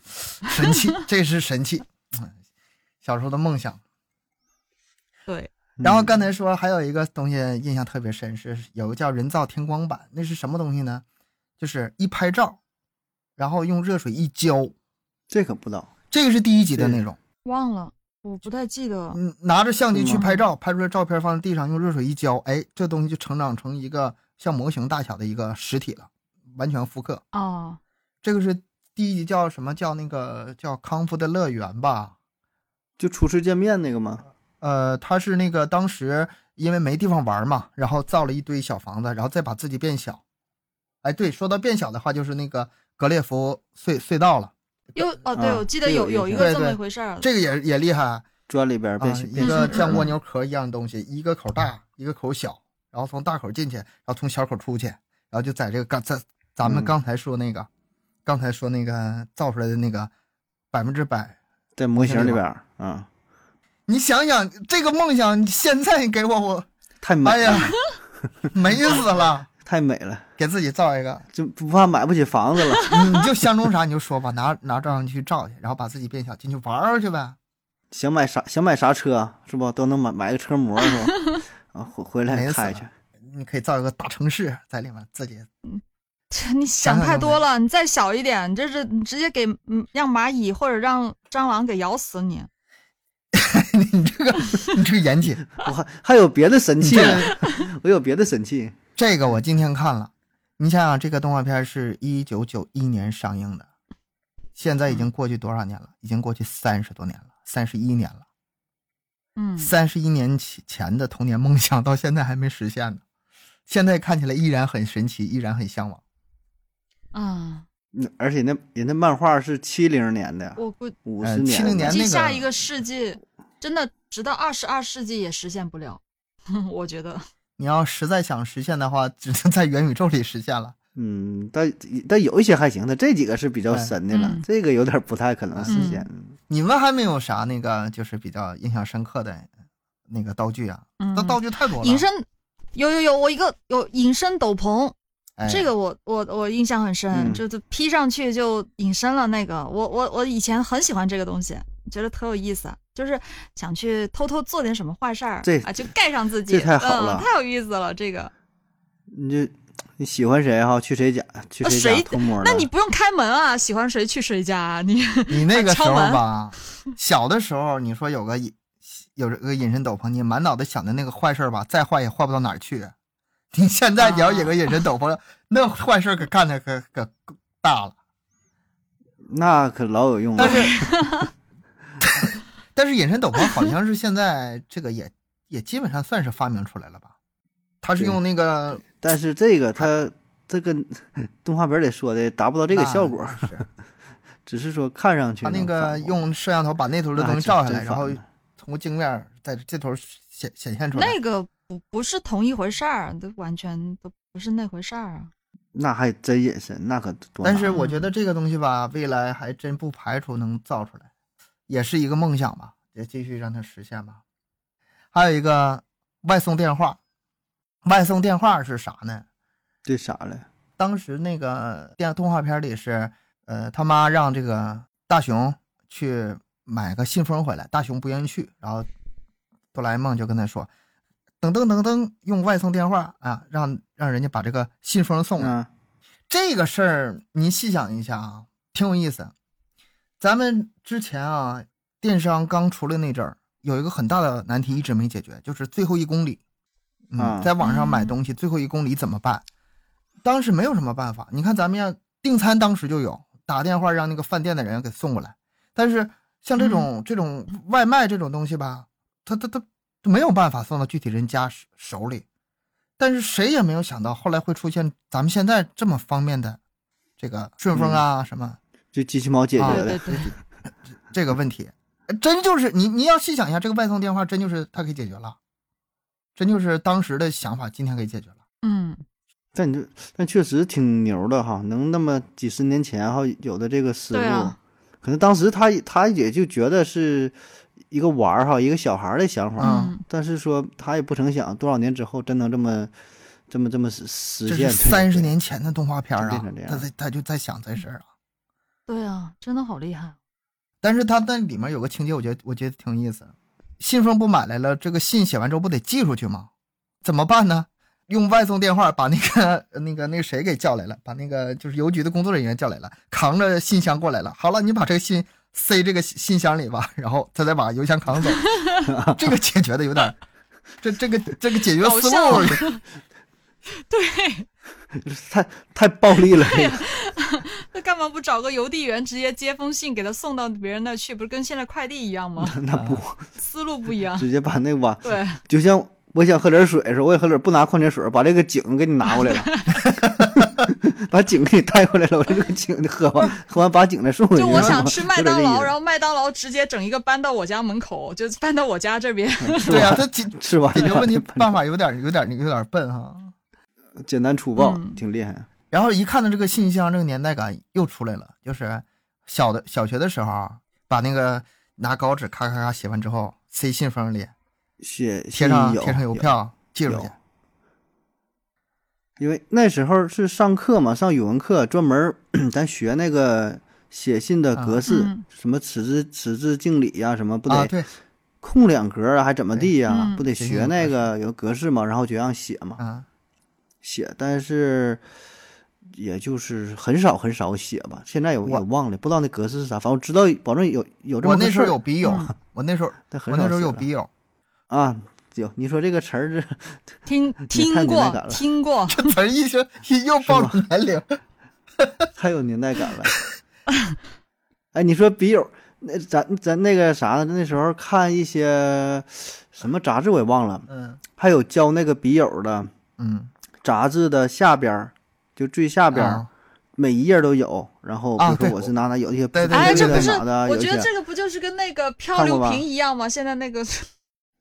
S1: 神器，这是神器。嗯小时候的梦想。
S2: 嗯对，
S1: 然后
S3: 嗯
S1: 刚才说还有一个东西印象特别深，是有个叫人造天光板，那是什么东西呢？就是一拍照，然后用热水一浇，
S3: 这可不知道，
S1: 这个是第一级的
S3: 对
S1: 那种。
S2: 忘了，我不太记得。
S1: 嗯，拿着相机
S3: 啊是
S1: 去
S3: 吗
S1: 拍照，拍出来照片放在地上，用热水一浇，哎，这东西就成长成一个像模型大小的一个实体了，完全复刻。
S2: 哦，
S1: 这个是第一集叫什么？叫那个叫《康复的乐园》吧？
S3: 就初次见面那个吗？
S1: 呃，他是那个当时因为没地方玩嘛，然后造了一堆小房子，然后再把自己变小。哎，对，说到变小的话，就是那个格列佛隧隧道了，
S2: 又哦，对，
S3: 啊
S2: 我记得
S3: 这有
S2: 有有一
S3: 印
S1: 象
S2: 个这
S1: 对
S2: 么
S1: 对
S2: 一回事儿。
S1: 这个也也厉害啊！
S3: 砖里边变形
S1: 一
S3: 变
S1: 个
S3: 形
S1: 像蜗牛壳一样的东西，一个口大，一个口小，然后从大口进去，然后从小口出去，然后就在这个刚在咱们
S3: 嗯
S1: 刚才说那个，刚才说那个造出来的那个百分之百
S3: 在模型里边儿啊，
S1: 你想想这个梦想，现在给我 我，
S3: 太美
S1: 哎
S3: 了，
S1: 呀，美死了！
S3: 太美了，
S1: 给自己造一个，
S3: 就不怕买不起 房子了。
S1: 你就相中啥你就说吧，拿拿照相机去照去，然后把自己变小，进去玩儿去呗。
S3: 想买啥想买啥车是不都能买买个车模是吧？啊，回回
S1: 美
S3: 来
S1: 死
S3: 开
S1: 了
S3: 去，
S1: 你可以造一个大城市在里面，自己
S2: 你想
S1: 想
S2: 太
S1: 想
S2: 多了，你再小一点，你这是你直接给嗯让蚂蚁或者让蟑螂给咬死你。
S1: 你这个你这个严谨，
S3: 我还还有别的神器
S1: 你
S3: 呢，我有别的神器，
S1: 这个我今天看了，你想想，这个动画片是一九九一年上映的，现在已经过去多少年了？已经过去三十多年了，三十一年了。
S2: 嗯，
S1: 三十一年前前的童年梦想 到现在还没实现呢，现在看起来依然很神奇，依然很向往。
S2: 啊，
S3: 嗯而且那人家漫画是七零年的，
S2: 我估
S3: 五
S1: 呃
S3: 十年
S1: 70
S3: 的
S1: 年
S2: 计
S1: 那个
S2: 下一个世纪真的直到二十二世纪也实现不了， 我觉得。
S1: 你要实在想实现的话，只能在元宇宙里实现了。
S3: 嗯，但但有一些还行，它这几个是比较
S1: 哎
S3: 神的了
S2: 嗯，
S3: 这个有点不太可能实现。
S1: 你们还没有啥那个就是比较印象深刻的那个道具啊？
S2: 嗯
S1: 那，道具太多了。
S2: 隐身有有有，我一个有隐身斗篷，
S1: 哎
S2: 这个我我我印象很深，
S3: 嗯
S2: 就是披上去就隐身了。那个我我我以前很喜欢这个东西，觉得特有意思，就是想去偷偷做点什么坏事儿，
S3: 这
S2: 啊就盖上自己，
S3: 这太好了
S2: 嗯，太有意思了。这个，
S3: 你就你喜欢谁哈，去谁家去
S1: 哦
S2: 呃
S3: 家
S2: 谁
S3: 偷摸的
S2: 那你不用开门啊，喜欢谁去谁家、啊， 你
S1: 你那个时候
S2: 敲门
S1: 吧，小的时候你说有个隐有个隐身斗篷，你满脑子想的那个坏事儿吧，再坏也坏不到哪儿去。你现在你要有个隐身斗篷，
S2: 啊
S1: 那坏事儿可干的可可大了。
S3: 那可老有用了
S1: 但。哦 是，但是隐身斗篷好像是现在这个也也基本上算是发明出来了吧？它是
S3: 对
S1: 用那个
S3: 但是这个它这个动画本里说的达不到这个
S1: 那
S3: 效果，
S1: 是
S3: 只是说看上去
S1: 它那
S3: 能
S1: 个
S3: 反光
S1: 用摄像头把那头的
S3: 那还
S1: 东西
S3: 真
S1: 照下
S3: 真
S1: 来，然
S3: 反
S1: 后
S3: 了
S1: 从镜面儿在这头显显现出来。
S2: 那个不不是同一回事儿，都完全都不是那回事儿啊。
S3: 那还真隐身，那可多难。
S1: 但
S3: 啊
S1: 是我觉得这个东西吧，未来还真不排除能造出来，也是一个梦想吧，也继续让它实现吧。还有一个外送电话。外送电话是啥呢？
S3: 这啥嘞？
S1: 当时那个电动画片里是，呃，他妈让这个大雄去买个信封回来，大雄不愿意去，然后哆啦 A 梦就跟他说，噔噔噔噔，用外送电话啊，让让人家把这个信封送来。
S3: 嗯，
S1: 这个事儿您细想一下啊，挺有意思。咱们之前啊，电商刚出来那阵儿，有一个很大的难题一直没解决，就是最后一公里。嗯，
S3: 啊
S1: 在网上买东西最后一公里怎么办？当时没有什么办法。你看咱们要订餐，当时就有打电话让那个饭店的人给送过来。但是像这种、这种外卖这种东西吧，他他他没有办法送到具体人家手手里。但是谁也没有想到，后来会出现咱们现在这么方便的这个顺丰
S3: 嗯
S1: 啊、什么
S3: 就机器猫解决
S1: 啊
S2: 对对
S3: 的。
S2: 对，
S1: 这个问题，呃真就是你你要细想一下，这个外送电话真就是它给解决了，真就是当时的想法，今天给解决了。
S2: 嗯，
S3: 但你这但确实挺牛的哈，能那么几十年前哈有的这个思路，
S2: 对啊
S3: 可能当时他他也就觉得是一个玩儿哈，一个小孩儿的想法，
S1: 啊
S2: 嗯，
S3: 但是说他也不曾想多少年之后真能这么这么这么实实
S1: 这
S3: 现
S1: 是三十年前的动画片儿
S3: 就
S1: 啊
S3: 变成这，样
S1: 他在他就在想这事儿啊。
S2: 对啊，真的好厉害。
S1: 但是他那里面有个情节，我觉得我觉得挺有意思。信封不买来了，这个信写完之后不得寄出去吗？怎么办呢？用外送电话把那个 那个那个谁给叫来了，把那个就是邮局的工作人员叫来了，扛着信箱过来了。好了，你把这个信塞这个信信箱里吧，然后他再把邮箱扛走。这个解决的有点儿，这这个这个解决思
S2: 搞
S1: 路
S2: 对，
S3: 太太暴力了，这个
S2: 啊
S3: 嗯
S2: 那干嘛不找个邮递员直接接封信给他送到别人那去？不是跟现在快递一样吗？
S3: 那不
S2: 思路不一样。
S3: 直接把那碗，
S2: 对，
S3: 就像我想喝点水似的，我也喝点，不拿矿泉水，把这个井给你拿过来了， 把井给你带过来了，我这个井你喝完，喝完把井再送回去。
S2: 就我想吃
S3: 啊
S2: 麦
S3: 有点
S2: 当
S3: 这意
S2: 劳，
S3: 思
S2: 然后麦当劳直接整一个搬到我家门口，就搬到我家这边。
S3: 吃
S1: 对呀、啊
S3: 完
S1: 他解
S3: 吃完
S1: 解决
S3: 了
S1: 问题
S3: 就把
S1: 办法有点有点有点笨哈、
S3: 简单粗暴
S2: 嗯，
S3: 挺厉害。啊
S1: 然后一看到这个信啊箱，这个年代感又出来了。就是小的小学的时候啊，把那个拿稿纸咔咔咔写完之后，塞信封里，
S3: 写
S1: 贴上
S3: 哎有
S1: 贴上邮票寄出去
S3: 有。因为那时候是上课嘛，上语文课专门儿 咱学那个写信的格式，
S2: 嗯
S3: 什么此致此致敬礼呀、什么不
S1: 啊，
S3: 得
S1: 对，
S3: 空两格啊，还怎么地呀、
S2: 嗯
S3: 不得学那个有格式嘛，然后就让写嘛，
S1: 啊，
S3: 写，但是也就是很少很少写吧。现在也
S1: 我
S3: 也忘了，不知道那格式是啥，反正我知道，保证有有这
S1: 我
S3: 么
S1: 那
S3: 个
S1: 时
S3: 事
S1: 候
S3: 儿。
S1: 有笔友
S2: 嗯，
S1: 我那时候
S3: 但很
S1: 我
S3: 少
S1: 那时候
S3: 写
S1: 有
S3: 了
S1: 笔友，
S3: 啊，有你说这个词儿这
S2: 听听
S3: 太敏
S2: 过
S3: 感了
S2: 听 过，
S1: 这词儿一说一又暴露年龄，
S3: 太有年代感了。哎，你说笔友，那咱咱那个啥，那时候看一些什么杂志我也忘了，
S1: 嗯
S3: 还有教那个笔友的
S1: 嗯，
S3: 杂志的下边儿，就最下边儿、
S1: 啊
S3: 每一页都有。然后比
S1: 啊
S3: 如说
S1: 对
S3: 我是哪哪有一些
S1: 对对
S2: 哎，
S1: 对
S2: 这
S1: 对
S2: 不是
S3: 哪的，，
S2: 我
S3: 有一
S2: 觉得
S3: 些
S2: 这个不就是跟那个漂
S3: 看
S2: 流
S3: 过吧
S2: 瓶一样吗？现在那个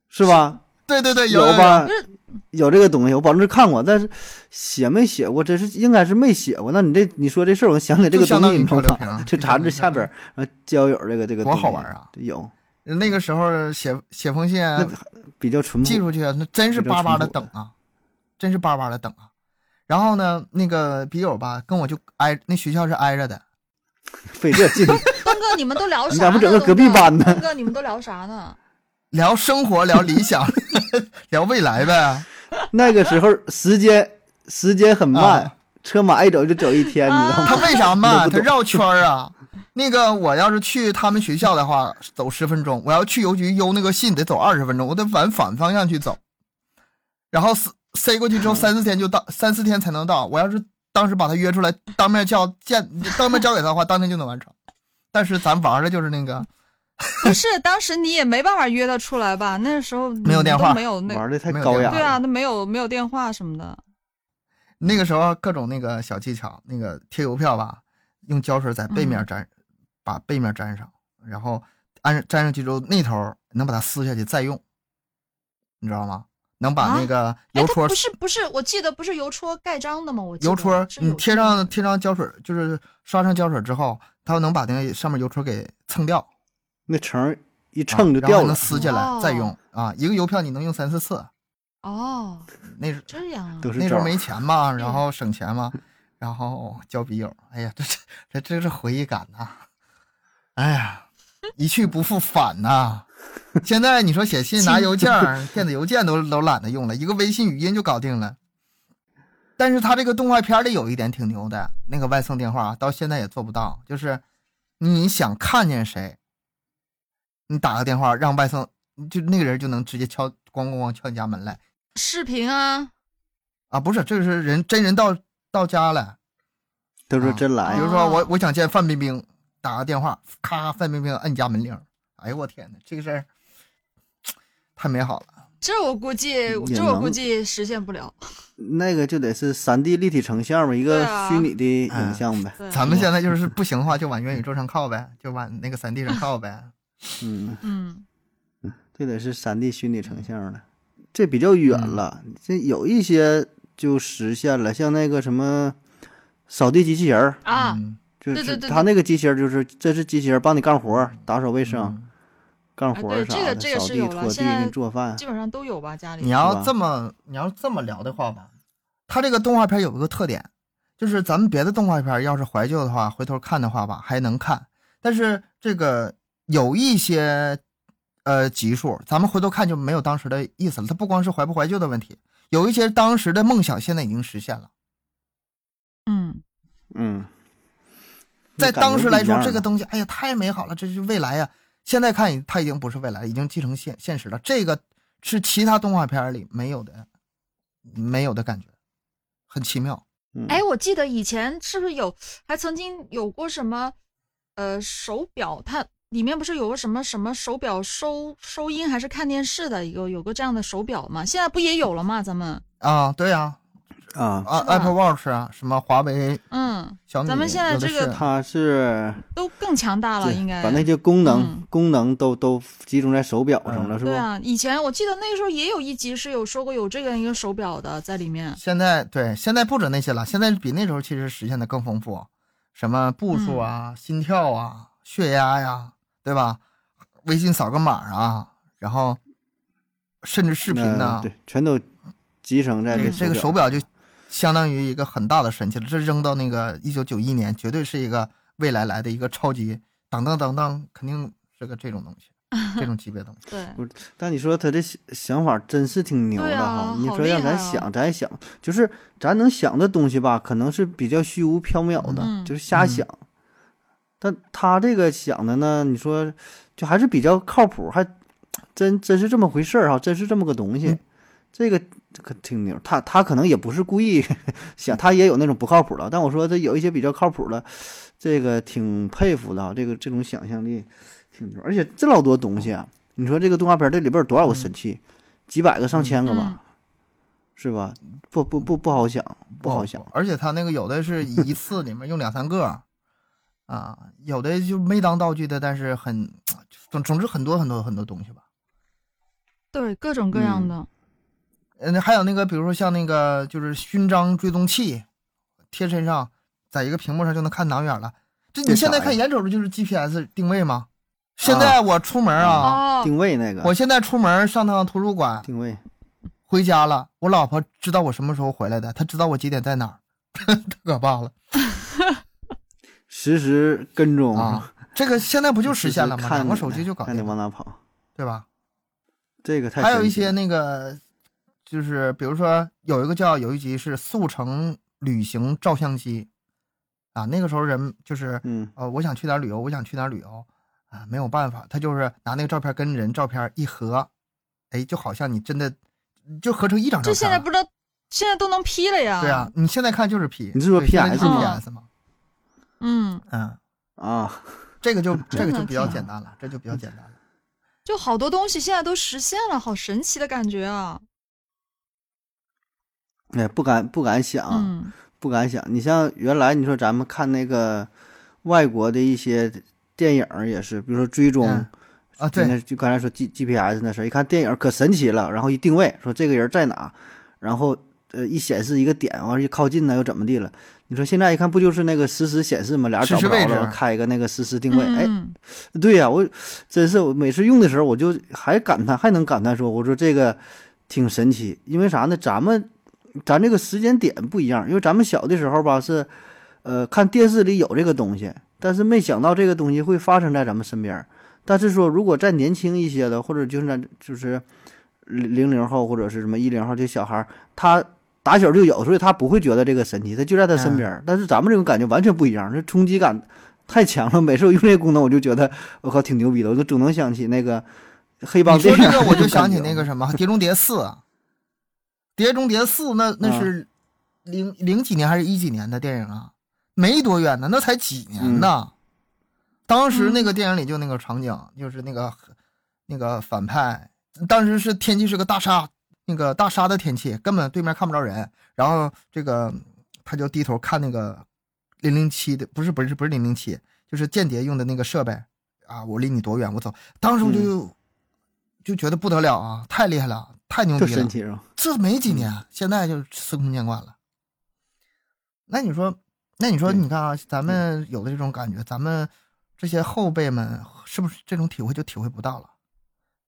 S3: 是吧？
S1: 对对对，
S3: 有
S1: 有？
S3: 吧
S2: 不是？
S3: 有这个东西，我保证是看过，但是写没写过，真是应该是没写过。那你这你说这事儿，我想起来这
S1: 就
S3: 个
S1: 相
S3: 东
S1: 当
S3: 西，
S1: 于
S3: 你知道
S1: 漂流
S3: 吧
S1: 瓶儿？
S3: 这
S1: 就
S3: 杂
S1: 相当
S3: 志
S1: 于
S3: 下边儿，呃交友这个这个
S1: 多
S3: 东
S1: 好
S3: 西
S1: 玩啊！
S3: 有
S1: 有那个时候写写封信啊，
S3: 那比较淳朴，
S1: 寄出去，啊那真是
S3: 比较
S1: 巴巴
S3: 淳
S1: 的
S3: 朴
S1: 等啊，真是巴巴的等啊。然后呢，那个笔友吧，跟我就挨那学校是挨着的，
S3: 费这 劲。
S2: 东哥，你们都聊啥呢？
S3: 你咋不整个隔壁班呢
S2: 东哥，东哥你们都聊啥 呢？
S1: 聊生活，聊理想，聊未来呗。
S3: 那个时候时间时间很慢
S1: 啊，
S3: 车马一走就走一天，你知道
S1: 他
S3: 吗？
S1: 为啥 慢？
S3: 你
S1: 他
S3: 都不懂
S1: 绕圈儿啊。那个我要是去他们学校的话，走十分钟；我要去邮局邮那个信，得走二十分钟，我得往反方向去走。然后塞塞过去之后，三四天就到，三四天才能到。我要是当时把他约出来，当面叫见，当面交给他的话，当天就能完成。但是咱玩的就是那个。
S2: 不是，当时你也没办法约他出来吧？那时候
S1: 没有
S2: 你
S1: 电
S2: 都
S1: 话
S2: 没有那
S3: 玩的太
S1: 没有
S3: 高
S1: 电
S3: 雅了。
S2: 对啊，那没有没有电话什么的。
S1: 那个时候各种那个小技巧，那个贴邮票吧，用胶水在背面
S2: 嗯
S1: 粘，把背面粘上，然后安粘上去之后，那头儿能把它撕下去再用，你知道吗？能把
S2: 啊
S1: 那个
S2: 哎，
S1: 邮
S2: 他
S1: 戳、
S2: 不是不是，我记得不是邮戳盖章的吗？我记得
S1: 邮戳
S2: 是
S3: 嗯
S1: 你
S2: 有
S1: 贴
S2: 这个
S1: 上贴上胶水，就是刷上胶水之后，它能把那个上面邮戳给蹭掉，
S3: 那绳儿一
S1: 啊
S3: 蹭就
S1: 然后
S3: 掉
S1: 能
S3: 了。
S2: 哦
S1: 撕下来再用啊。一个邮票你能用三四次，
S2: 哦，
S1: 那时
S2: 这样啊，
S3: 嗯都是
S1: 那时
S3: 招
S1: 候
S3: 儿
S1: 没 钱嘛，然后省钱嘛，然后交笔友。哎呀，这这这真是回忆感呐、哎呀，一去不复返呐、现在你说写信拿邮件儿、电子邮件都都懒得用了，一个微信语音就搞定了。但是他这个动画片里有一点挺牛的，那个外送电话到现在也做不到，就是你想看见谁，你打个电话让外送，就那个人就能直接敲咣咣咣敲你家门来。
S2: 视频啊，
S1: 啊，不是，这个是人真人到到家了。
S3: 都是
S1: 啊
S3: 真
S1: 比
S3: 来，
S1: 如说我、
S2: 哦
S1: 我想见范冰冰，打个电话，咔，范冰冰摁家门铃儿。哎呦我天哪，这个事儿太美好了。
S2: 这我估计
S3: 也，
S2: 这我
S3: 能
S2: 估计实现不了。
S3: 那个就得是三 D 立体成像嘛，一个
S2: 对啊
S3: 虚拟的影像呗。
S2: 对，
S1: 咱们现在就是不行的话，就往元宇宙上靠呗，就往那个三 D 上靠呗。
S3: 嗯，
S2: 嗯，
S3: 这得是三 D 虚拟成像了，这比较远了。
S1: 嗯
S3: 这有一些就实现了，像那个什么扫地机器人儿，
S2: 啊，
S1: 嗯
S3: 就
S2: 对对
S3: 是
S2: 对
S3: 它那个机器人儿就是这是机器人儿帮你干活儿，打扫卫生、
S1: 嗯
S3: 干活
S2: 哎对
S3: 儿
S2: 这
S3: 啥
S2: 个
S3: 的，
S2: 这个
S3: 扫
S2: 是
S3: 地、
S2: 有了
S3: 拖地、
S2: 现在
S3: 给你做饭
S2: 基。本上都有吧，家里
S1: 你
S3: 是吧
S1: 要这么你要这么聊的话吧，它这个动画片有一个特点，就是咱们别的动画片要是怀旧的话，回头看的话吧还能看，但是这个有一些呃集数，咱们回头看就没有当时的意思了。它不光是怀不怀旧的问题，有一些当时的梦想现在已经实现了。
S2: 嗯，
S3: 嗯，
S1: 在
S3: 感觉
S1: 当时
S3: 不
S1: 来
S3: 一
S1: 说
S3: 样，
S1: 这个
S3: 了
S1: 东西，哎呀，太美好了，这是未来呀！现在看它已经不是未来，已经继承现现实了。这个是其他动画片里没有的，没有的感觉，很奇妙。
S3: 嗯
S2: 哎，我记得以前是不是有，还曾经有过什么，呃，手表，它里面不是有个什么什么手表收收音还是看电视的，有有个这样的手表嘛？现在不也有了吗？咱们，
S1: 啊，对呀、
S3: 啊
S1: 啊，，啊
S2: 是吧
S1: ，Apple Watch 啊，什么华为、
S2: 嗯，
S1: 小米，
S2: 咱们现在
S1: 有的
S2: 这个
S1: 是
S3: 它是
S2: 都更强大了，
S3: 对
S2: 啊应该。
S3: 把那些功能、
S2: 嗯
S3: 功能都都集中在手表上了，是不？
S2: 对啊，以前我记得那个时候也有一集是有说过有这样一个手表的在里面。
S1: 现在对，现在不止那些了，现在比那时候其实实现的更丰富，什么步数啊、
S2: 嗯
S1: 心跳啊、血压呀、对吧？微信扫个码啊，然后甚至视频
S3: 那
S1: 呢、
S3: 嗯对，全都集成在
S2: 嗯
S1: 这个手
S3: 手
S1: 表就相当于一个很大的神器了。这扔到那个一九九一年，绝对是一个未来来的一个超级当当当当，肯定是个这种东 西，这种级别东西。
S2: 对，
S3: 但你说他这想想法真是挺牛的
S2: 对
S3: 哈！
S2: 啊
S3: 你
S2: 好
S3: 说让
S2: 厉害
S3: 咱
S2: 啊
S3: 想，咱也想，就是咱能想的东西吧，可能是比较虚无缥缈的，
S2: 嗯
S3: 就是瞎
S1: 嗯
S3: 想。但他这个想的呢，你说就还是比较靠谱，还真真是这么回事儿哈，真是这么个东西。
S1: 嗯
S3: 这个这可挺牛，他他可能也不是故意想，他也有那种不靠谱的。但我说这有一些比较靠谱的，这个挺佩服的啊，这个这种想象力挺牛，而且这老多东西啊，你说这个动画片这里边有多少个神器，几百个上千个
S1: 嗯
S3: 吧，
S2: 嗯
S3: 是吧？不不不不好想，不好想。
S1: 而且他那个有的是一次里面用两三个，啊，有的就没当道具的，但是很总总之很多很多很多东西吧。
S2: 对，各种各样的。
S1: 嗯，还有那个，比如说像那个就是勋章追踪器，贴身上，在一个屏幕上就能看党远了。这
S3: 这
S1: 你现在
S3: 啥
S1: 看
S3: 呀
S1: 眼瞅着就是 GPS 定位吗？现在我出门啊，
S2: 哦，
S3: 定位那个
S1: 我现在出门上趟图书馆，
S3: 定位，
S1: 回家了，我老婆知道我什么时候回来的，她知道我几点在哪儿， 太可怕了
S3: 实时跟踪，
S1: 啊！这个现在不就
S3: 实
S1: 实
S3: 时
S1: 现了吗？
S3: 看
S1: 两个
S3: 你
S1: 手机就搞
S3: 看你
S1: 定
S3: 往
S1: 了，
S3: 哪跑，
S1: 对吧？
S3: 这个太
S1: 还有
S3: 神
S1: 一
S3: 奇
S1: 些
S3: 了
S1: 那个，就是比如说有一个叫有一集是速成旅行照相机，啊，那个时候人就是
S3: 嗯
S1: 呃，我想去哪儿旅游，我想去哪儿旅游啊，没有办法，他就是拿那个照片跟人照片一合，哎，就好像你真的就合成一张照
S2: 这
S1: 片
S2: 现
S1: 了。
S2: 在不知道，现在都能 P 了呀。
S1: 对啊，，你现在看就是 P，
S3: 你是说
S1: 对现在就是
S2: PS 吗
S1: PS 吗？
S2: 嗯，
S1: 嗯，
S3: 啊，
S1: 这个就这
S2: 真
S1: 个
S2: 的
S1: 就比较
S2: 挺
S1: 简单了，这就比较简单了。
S2: 就好多东西现在都实现了，好神奇的感觉啊。
S3: 哎，不敢不敢想，啊
S2: 嗯，
S3: 不敢想。你像原来你说咱们看那个外国的一些电影儿也是，比如说追踪。
S1: 嗯啊，
S3: 真
S1: 对，
S3: 的就刚才说 G G P S 那事儿，一看电影可神奇了，然后一定位说这个人在哪，然后呃一显示一个点，完了一靠近呢又怎么地了？你说现在一看不就是那个实时显示吗？俩人找
S1: 实时
S3: 不着
S1: 位置啊
S3: 了，开一个那个实时定位，哎，
S2: 嗯
S3: 对呀、我真是我每次用的时候我就还感叹，还能感叹说，我说这个挺神奇，因为啥呢？咱们咱这个时间点不一样，因为咱们小的时候吧是，呃，看电视里有这个东西，但是没想到这个东西会发生在咱们身边儿。但是说，如果再年轻一些的，或者就是咱就是零零零后或者是什么一零后这小孩儿，他打小就有，所以他不会觉得这个神奇，他就在他身边儿。但是咱们这种感觉完全不一样，这冲击感太强了。每次我用这个功能，我就觉得我靠挺牛逼的，我就总能想起那个黑帮
S1: 你说
S3: 电影
S1: 这
S3: 儿种感觉。
S1: 个，我就想起那个什么《碟中谍四》啊，《碟中谍四》那
S3: 嗯
S1: 那是零零几年还是一几年的电影啊？没多远呢，那才几
S3: 嗯
S1: 年呢。当时那个电影里就那个场景，就是那个那个反派，当时是天气是个大沙，那个大沙的天气，根本对面看不着人。然后这个他就低头看那个零零七的，不是不是不是零零七，就是间谍用的那个设备啊！我离你多远，我走。当时
S3: 嗯
S1: 我就、就觉得不得了啊，太厉害了，太牛
S3: 啊特
S1: 逼
S3: 神
S1: 了！
S3: 奇嗯是吧？
S1: 这没几年，现在就司空见惯了。那你说，那你说，
S3: 对嗯
S1: 你看啊，咱们有的这种感觉，咱们这些后辈们是不是这种体会就体会不到了？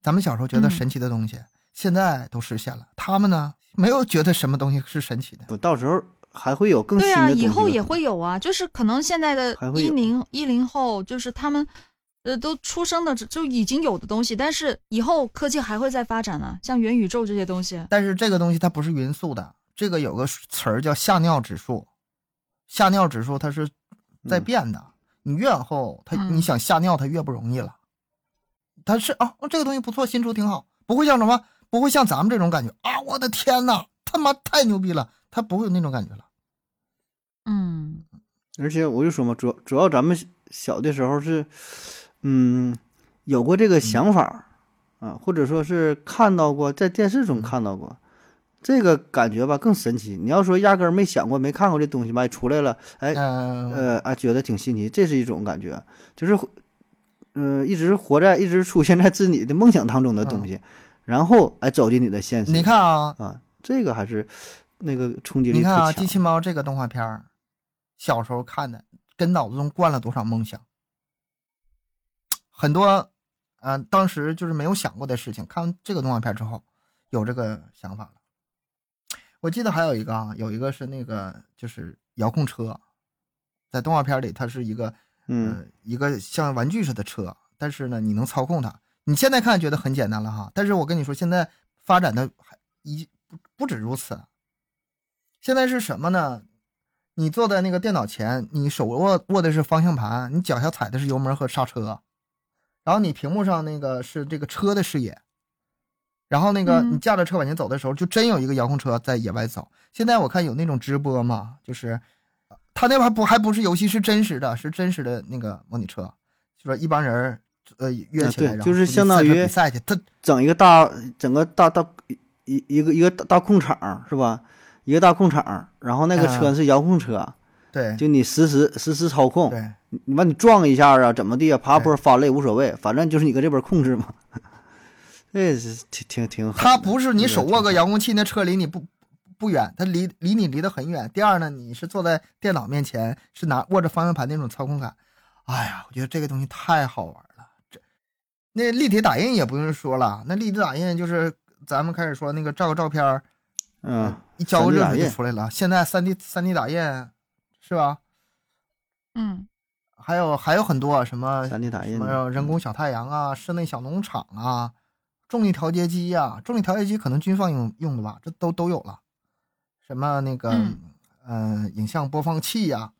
S1: 咱们小时候觉得
S2: 嗯
S1: 神奇的东西，现在都实现了，他们呢没有觉得什么东西是神奇的。
S3: 不，到时候还会有更新
S2: 对
S3: 的
S2: 啊，
S3: 东西
S2: 以后
S3: 吧
S2: 也会有啊，就是可能现在的
S3: 还会
S2: 一
S3: 有
S2: 零一零后，就是他们，呃，都出生的就已经有的东西，但是以后科技还会再发展啊，像元宇宙这些东西。
S1: 但是这个东西它不是匀速的，这个有个词儿叫吓尿指数，吓尿指数它是在
S3: 嗯
S1: 变的，你越往后它
S2: 嗯
S1: 你想吓尿它越不容易了，它是啊这个东西不错，新出挺好，不会像什么不会像咱们这种感觉啊，我的天呐，他妈太牛逼了，它不会有那种感觉了。
S2: 嗯，
S3: 而且我就说嘛，主主要咱们小的时候是，嗯，有过这
S1: 嗯
S3: 个想法、啊，或者说是看到过，在电视
S1: 嗯
S3: 中看到过，这个感觉吧更神奇。你要说压根儿没想过、没看过这东西吧，出来了，哎，
S1: 嗯、
S3: 呃啊，觉得挺新奇，这是一种感觉，就是，呃，一直活在、一直出现在自己的梦想当中的东西，然后哎走进你的现实，
S1: 嗯你看啊，
S3: 啊，这个还是那个冲击力
S1: 你
S3: 特
S1: 看
S3: 强。
S1: 啊，机器猫这个动画片儿，小时候看的，跟脑子中灌了多少梦想，很多，啊、当时就是没有想过的事情。看完这个动画片之后，有这个想法了。我记得还有一个啊，有一个是那个就是遥控车，在动画片里它是一个
S3: 嗯
S1: 呃，一个像玩具似的车，但是呢，你能操控它。你现在看觉得很简单了哈，但是我跟你说，现在发展的还一不不止如此。现在是什么呢？你坐在那个电脑前，你手握握的是方向盘，你脚下踩的是油门和刹车，然后你屏幕上那个是这个车的视野，然后那个
S2: 嗯
S1: 你驾着车往前走的时候，就真有一个遥控车在野外走。现在我看有那种直播嘛，就是他那还不还不是游戏，是真实的，是真实的那个模拟车，就说一帮人儿呃约
S3: 啊
S1: 起来，
S3: 对
S1: 然后
S3: 就是
S1: 出去
S3: 相当
S1: 赛车
S3: 于
S1: 比赛去，他
S3: 整一个大整个大大一一个一个大大空场是吧？一个大空场，然后那个车
S1: 啊
S3: 是遥控车，
S1: 对
S3: 就你实时实时操控，
S1: 对
S3: 你把你撞一下啊，怎么地啊，爬坡翻了也无所谓，反正就是你搁这边控制嘛。 这是挺挺挺狠的，
S1: 它不是你手握个
S3: 这
S1: 遥控器，那车离你不不远，它离离你离得很远。第二呢，你是坐在电脑面前，是拿握着方向盘那种操控感。哎呀，我觉得这个东西太好玩了。这那立体打印也不用说了，那立体打印就是咱们开始说那个照个照片儿，
S3: 挺狠的嗯，
S1: 一浇个
S3: 3D
S1: 热
S3: 打
S1: 水就
S3: 印
S1: 出来了。现在三 D 三 D 打印是吧？
S2: 嗯，
S1: 还有还有很多什么
S3: 三嗯 D 打印
S1: 什
S3: 的
S1: 么人工小太阳啊、室内小农场啊、重力调节机啊，重力调节机可能军方用用的吧，这都都有了。什么那个
S2: 嗯
S1: 嗯、呃影像播放器呀、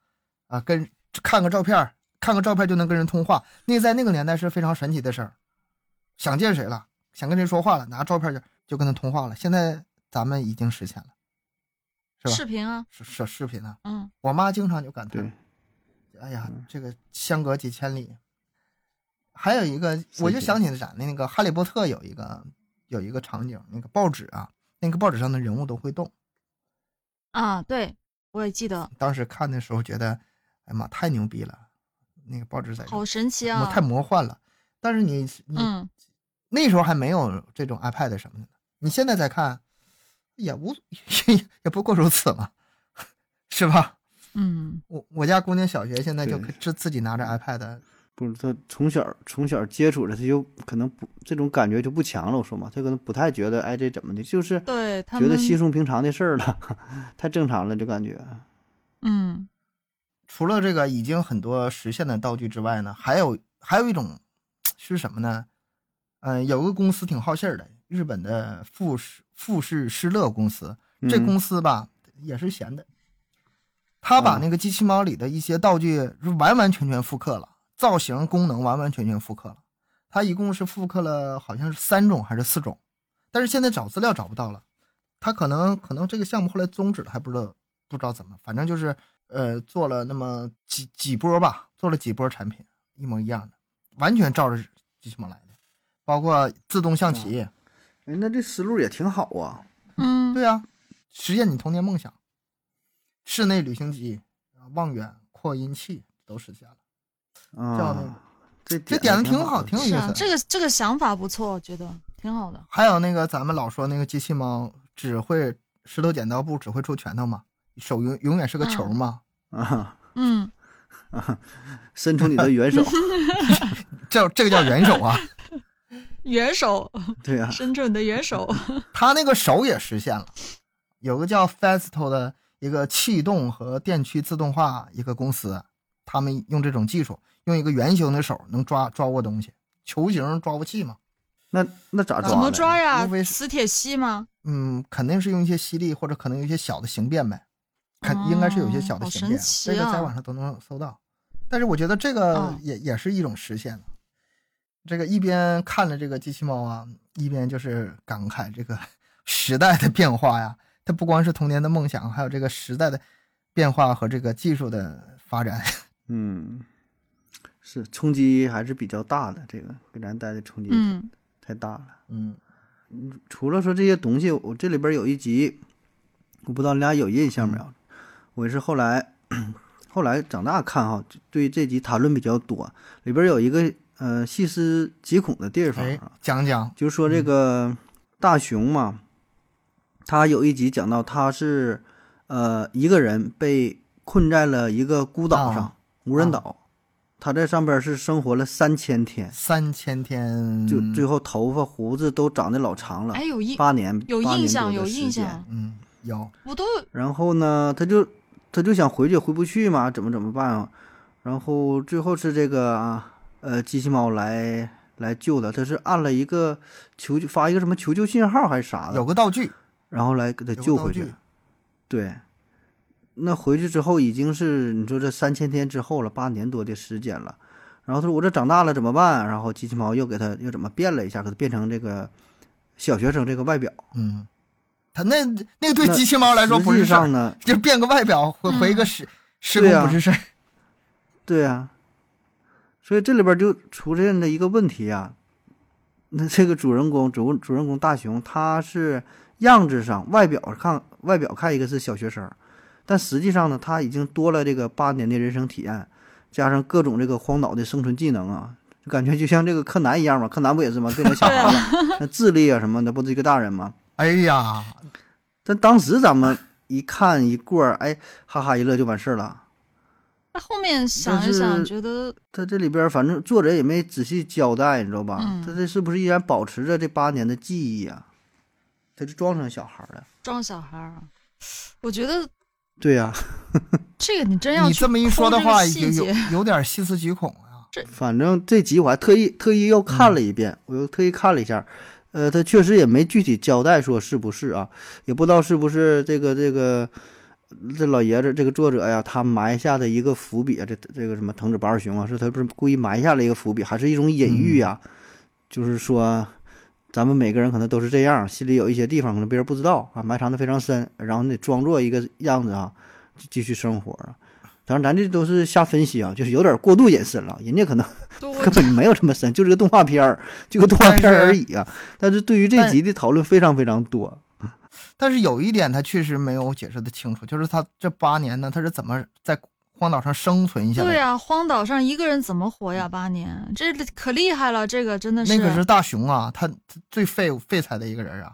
S1: 啊，跟看个照片儿，看个照片就能跟人通话，那在那个年代是非常神奇的事儿。想见谁了，想跟谁说话了，拿照片就就跟他通话了。现在咱们已经实现了，是吧
S2: 视频啊，
S1: 是是视频啊，
S2: 嗯，
S1: 我妈经常就感叹
S3: 对，
S1: 哎呀，这个相隔几千里。还有一个，我就想起了啥那个《哈利波特》有一个有一个场景，那个报纸啊，那个报纸上的人物都会动。
S2: 啊，对，我也记得，
S1: 当时看的时候觉得，哎呀妈，太牛逼了！那个报纸
S3: 哎
S1: 在这
S2: 好神奇
S1: 魔
S2: 啊
S1: 太，魔幻了。但是你你、
S2: 嗯，
S1: 那时候还没有这种 iPad 什么的，你现在再看，也无 也也不过如此嘛， 是吧？
S2: 嗯，
S1: 我我家姑娘小学现在就
S3: 对
S1: 自自己拿着 iPad
S3: 不是他从小从小接触的，他就可能不这种感觉就不强了。我说嘛，他可能不太觉得哎这怎么的，就是
S2: 对他
S3: 觉
S2: 们
S3: 得稀松平常的事儿了， 太正常了，就感觉
S2: 嗯
S1: 除了这个已经很多实现的道具之外呢，还有还有一种是什么呢？嗯、有个公司挺好信儿的，日本的富士富士施乐公司。这
S3: 嗯
S1: 公司吧、也是闲的，他把
S3: 啊
S1: 那个机器猫里的一些道具是完完全全复刻了，造型功能完完全全复刻了。他一共是复刻了好像是三种还是四种，但是现在找资料找不到了。他可能可能这个项目后来终止了，还不知道不知道怎么，反正就是呃做了那么几几波吧，做了几波产品一模一样的，完全照着机器猫来的，包括自动象棋，
S3: 哎那这思路也挺好啊。
S2: 嗯
S1: 对啊，实现你童年梦想，室内旅行机、望远扩音器都实现了，叫那个
S3: 啊，这
S1: 这
S3: 点
S1: 点
S3: 子
S1: 子挺好，
S3: 好的，
S1: 挺有意
S2: 是
S1: 思
S2: 啊
S1: 的，。
S2: 这个这个想法不错，我觉得挺好的。
S1: 还有那个咱们老说那个机器猫只会石头剪刀布，只会出拳头嘛，手永永远是个球
S2: 嗯
S1: 嘛，
S3: 啊，
S2: 嗯，
S3: 伸出你的 援手，
S1: 这这个叫元手啊。
S2: 元首，
S3: 对呀、啊，
S2: 深圳的元首，
S1: 他那个手也实现了，有个叫 Festo 的一个气动和电驱自动化一个公司，他们用这种技术，用一个圆形的手能抓抓握东西，球形抓握器嘛。
S3: 那那咋抓？
S2: 怎么抓？呀
S1: 无非？是
S2: 磁铁吸吗？
S1: 嗯，肯定是用一些吸力，或者可能有一些小的形变呗，肯应该是有一些小的
S2: 哦
S1: 形
S2: 好
S1: 变，
S2: 神奇
S1: 这个在
S2: 啊
S1: 网上都能搜到。但是我觉得这个
S2: 嗯
S1: 也、也是一种实现了。这个一边看了这个机器猫啊，一边就是感慨这个 时代的变化呀。它不光是童年的梦想，还有这个时代的变化和这个技术的发展。
S3: 嗯，是冲击还是比较大的，这个给咱带的冲击
S2: 嗯
S3: 太大了。
S1: 嗯
S3: 除了说这些东西，我这里边有一集，我不知道你俩有印象没有？我也是后来 后来长大看哈，就对这集谈论比较多。里边有一个呃细思极恐的地方
S1: 哎嗯
S3: 啊，，
S1: 讲讲，
S3: 就是说这个大熊嘛，他有一集讲到他是呃一个人被困在了一个孤岛上，
S1: 啊
S3: 无人
S1: 啊
S3: 岛，他在上边是生活了三千天，
S1: 三千天
S3: 就最后头发胡子都长得老长了。
S2: 哎，有印
S3: 八年
S2: 有
S3: 八年
S2: 印象，
S3: 多
S2: 有
S3: 的
S2: 印
S3: 时间
S2: 象，
S1: 嗯有
S2: 我都有
S3: 然后呢，他就他就想回去，回不去嘛，怎么怎么办啊？然后最后是这个啊呃机器猫来来救他，他是按了一个求救发一个什么求救信号还是啥
S1: 有
S3: 的，
S1: 个道具，
S3: 然后来给他
S1: 有个
S3: 救
S1: 道
S3: 回
S1: 具
S3: 去。对，那回去之后已经是你说这三千天之后了，八年多的时间了。然后他说我这长大了怎么办？然后机器猫又给他又怎么变了一下，给他变成这个小学生这个外表。
S1: 嗯，他那那个对
S3: 那
S1: 机器猫来说不
S3: 实
S1: 是
S3: 际
S1: 事儿
S3: 上。呢，
S1: 就变个外表，回回个施施工
S3: 对啊
S1: 不是事儿。
S3: 对啊，所以这里边就出现了一个问题啊。那这个主人公主主人公大雄，他是样子上外表看外表看一个是小学生，但实际上呢，他已经多了这个八年的人生体验，加上各种这个荒岛的生存技能啊，就感觉就像这个柯南一样嘛。柯南不也是嘛，变成小孩子，那智力啊什么的，不是一个大人吗？
S1: 哎呀，
S3: 但当时咱们一看一过儿，哎，哈哈一乐就完事儿了。
S2: 那后面想一
S3: 但
S2: 想，
S3: 是
S2: 觉得
S3: 他这里边儿反正作者也没仔细交代，你知道吧？
S2: 嗯
S3: 他这是不是依然保持着这八年的记忆啊？他就装成小孩儿了。
S2: 装小孩儿啊，我觉得
S3: 对啊呀、
S2: 这个你真要
S1: 你
S2: 去
S1: 这么一
S2: 抠
S1: 说的
S2: 这个
S1: 话，
S2: 细
S1: 有有
S2: 节
S1: 有点细思极恐啊。
S3: 反正这集我还特意特意又看了一遍，我又特意看了一下，呃，他确实也没具体交代说是不是啊，也不知道是不是这个这个这老爷子这个作者呀，他埋下的一个伏笔啊，这这个什么藤子不二雄啊，是他不是故意埋下了一个伏笔，还是一种隐喻呀、就是说。咱们每个人可能都是这样，心里有一些地方可能别人不知道啊，埋藏的非常深，然后你得装作一个样子啊，继继续生活啊。当然，咱这都是瞎分析啊，就是有点过度隐身了，人家可能
S2: 对
S3: 根本没有这么深，就是个动画片儿，就个动画片儿而已啊。但是对于这
S1: 但
S3: 集的讨论非常非常多。
S1: 但是有一点，他确实没有解释的清楚，就是他这八年呢，他是怎么在荒岛上生存下来
S2: 对啊
S1: 的？
S2: 呀、荒岛上一个人怎么活呀？八年，这可厉害了，这个真的是。
S1: 那可是大熊啊，他他最废废材的一个人啊。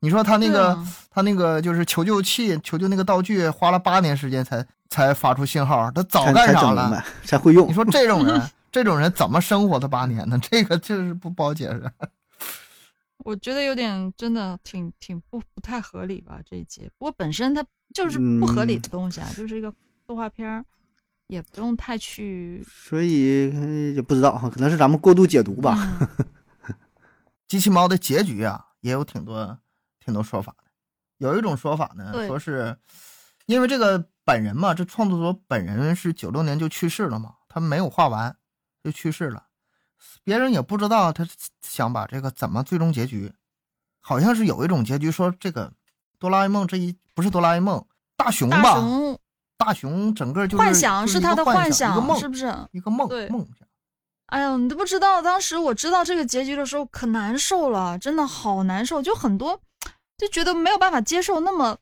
S1: 你说他那
S2: 对
S1: 个、
S2: 啊
S1: 他那个就是求救器、求救那个道具，花了八年时间才才发出信号，他早
S3: 才
S1: 干
S3: 才
S1: 啥
S3: 整
S1: 了
S3: 明？白，才会用
S1: 你。说这种人，这种人怎么生活的八年呢？这个就是不不好解释。
S2: 我觉得有点真的挺挺不不太合理吧这一集。不过本身它就是不合
S1: 嗯
S2: 理的东西啊，就是一个动画片儿，也不用太去
S3: 所以呃也不知道哈，可能是咱们过度解读吧。
S2: 嗯
S1: 机器猫的结局啊，也有挺多挺多说法的。有一种说法呢，
S2: 对
S1: 说是因为这个本人嘛，这创作者本人是九六年就去世了嘛，他没有画完就去世了，别人也不知道他想把这个怎么最终结局。好像是有一种结局说这个哆啦 A 梦这一不是哆啦 A 梦，大雄吧，
S2: 大熊
S1: 大雄整个就是
S2: 幻想
S1: 就是一
S2: 他
S1: 个
S2: 的
S1: 幻一个
S2: 想，
S1: 梦，
S2: 是不是？
S1: 一个梦
S2: 对
S1: 梦想。
S2: 哎呦，你都不知道，当时我知道这个结局的时候可难受了，真的好难受，就很多就觉得没有办法接受那么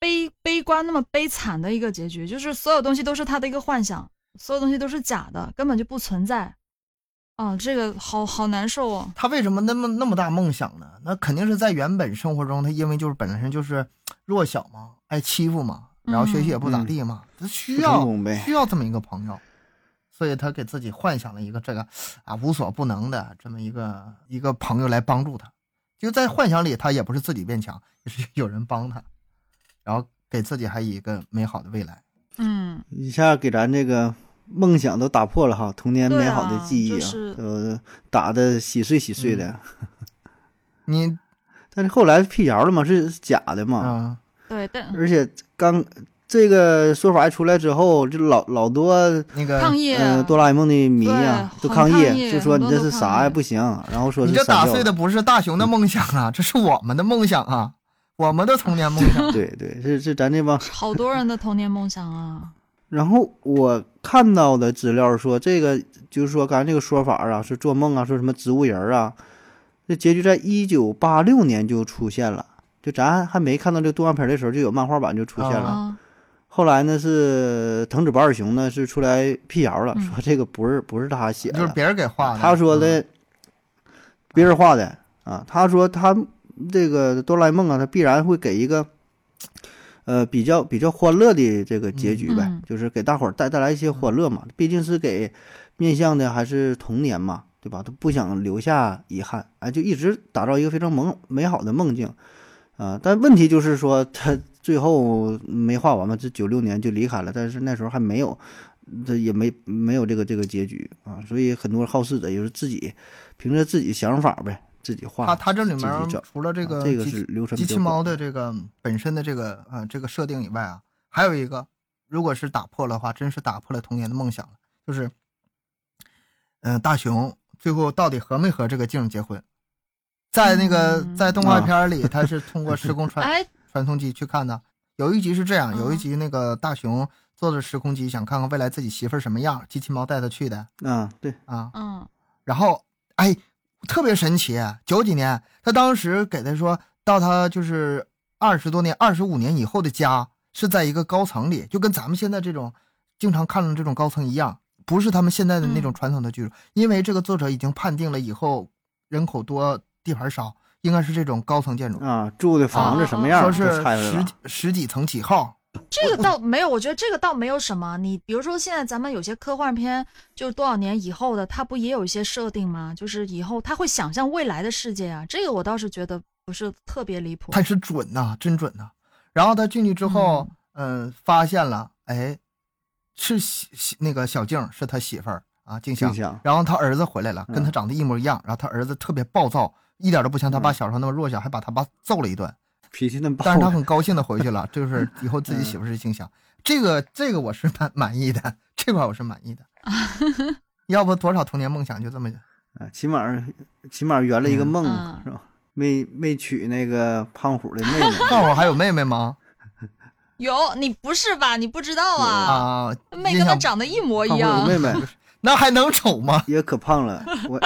S2: 悲悲观、那么悲惨的一个结局，就是所有东西都是他的一个幻想，所有东西都是假的，根本就不存在。啊，这个好好难受哦。
S1: 他为什么那么那么大梦想呢？那肯定是在原本生活中，他因为就是本身就是弱小嘛，挨欺负嘛，然后学习也不咋地嘛，他需
S3: 嗯不
S1: 要
S3: 成功呗
S1: 需要这么一个朋友，所以他给自己幻想了一个这个啊无所不能的这么一个一个朋友来帮助他。就在幻想里，他也不是自己变强，也是有人帮他，然后给自己还一个美好的未来。
S2: 嗯，
S3: 一下给咱这个梦想都打破了哈，童年美好的记忆
S2: 对啊就是嗯
S3: 都打的稀碎稀碎的。
S1: 你
S3: 但是后来辟谣了嘛，是假的
S1: 嗯、
S2: 啊
S3: 嘛，
S2: 对，但
S3: 而且刚这个说法一出来之后，就老老多
S1: 那个
S2: 抗议
S3: 呃哆啦 A 梦的迷啊
S2: 对
S3: 都抗
S2: 很抗议
S3: 议，就说你这是
S2: 很多都抗
S3: 啥
S2: 议
S3: 呀不行，然后说
S1: 你
S3: 是
S1: 这打
S3: 三嗯教
S1: 碎的不是大雄的梦想啊，这是我们的梦想啊，我们的童年梦 想。
S3: 对对，是是咱这帮
S2: 好多人的童年梦想 啊。
S3: 然后我看到的资料说，这个就是说刚才这个说法啊，是做梦啊，说什么植物人儿啊，这结局在一九八六年就出现了，就咱还没看到这个动画片的时候，就有漫画版就出现了。
S1: 啊
S2: 啊，
S3: 后来呢，是藤子不二雄呢是出来辟谣了，
S2: 嗯
S3: 说这个不是不是他写的，
S1: 就是别人给画的。
S3: 他说
S1: 嗯，
S3: 的，别人画的啊。他说他这个哆啦 A 梦啊，他必然会给一个呃比较比较欢乐的这个结局呗，
S2: 嗯嗯
S3: 就是给大伙儿带带来一些欢乐嘛。毕竟是给面向的还是童年嘛，对吧？他不想留下遗憾，哎，就一直打造一个非常萌美好的梦境啊、但问题就是说他。最后没画完嘛，这九六年就离开了，但是那时候还没有这也没没有这个这个结局啊，所以很多好事者也是自己凭着自己想法呗，自己画。
S1: 他他这里面
S3: 自己找
S1: 除了这
S3: 啊
S1: 个
S3: 这个
S1: 机
S3: 是流程比
S1: 机
S3: 较
S1: 器猫
S3: 广
S1: 的这个本身的这个呃这个设定以外啊，还有一个，如果是打破了的话，真是打破了童年的梦想了。就是，嗯、大雄最后到底合没合这个镜结婚？在那个
S2: 嗯
S1: 在动画
S3: 啊
S1: 片里，他是通过时空 穿
S2: 哎，
S1: 传送机去看的。有一集是这样，
S2: 嗯
S1: 有一集那个大雄坐着时空机，想看看未来自己媳妇儿什么样，机器猫带他去的
S3: 啊，对，
S1: 啊。
S2: 嗯，
S1: 然后，哎，特别神奇，啊九几年，他当时给他说到他就是二十多年、二十五年以后的家是在一个高层里，就跟咱们现在这种经常看到这种高层一样，不是他们现在的那种
S2: 嗯
S1: 传统的居住，因为这个作者已经判定了以后人口多、地盘少，应该是这种高层建筑。
S3: 啊，住的房子什么样
S1: 啊说
S3: 儿
S1: 是
S3: 都猜出来
S1: 十
S3: 了
S1: 几。十几层几号，
S2: 这个倒没有，我觉得这个倒没有什么。你比如说，现在咱们有些科幻片，就是多少年以后的，它不也有一些设定吗？就是以后他会想象未来的世界啊，这个我倒是觉得不是特别离谱。
S1: 但是准呐、真准呐、然后他进去之后，嗯、发现了，哎，是媳媳那个小静是他媳妇儿啊，静香。
S3: 静香
S1: 然后他儿子回来了，跟他
S3: 嗯
S1: 长得一模一样。然后他儿子特别暴躁，一点都不像他
S2: 嗯
S1: 爸小时候那么弱小，还把他爸揍了一顿。
S2: 哦
S3: 脾气那么暴
S1: 但是他很高兴的回去了， 就是以后
S2: 嗯
S1: 自己媳妇儿是静香。这个这个我是满满意的， 这块我是满意 的。要不多少童年梦想就这么，
S3: 啊，起码儿起码儿圆了一个梦
S2: 嗯
S3: 嘛，是吧？没没娶那个胖虎的妹妹
S1: 胖虎还有妹妹吗？
S2: 有你不是吧？你不知道啊？
S1: 啊，
S2: 妹
S1: 印
S2: 跟他
S1: 象
S2: 长得一模一
S3: 胖虎有
S2: 样
S3: 妹妹
S1: 那还能丑吗？
S3: 也可胖了。我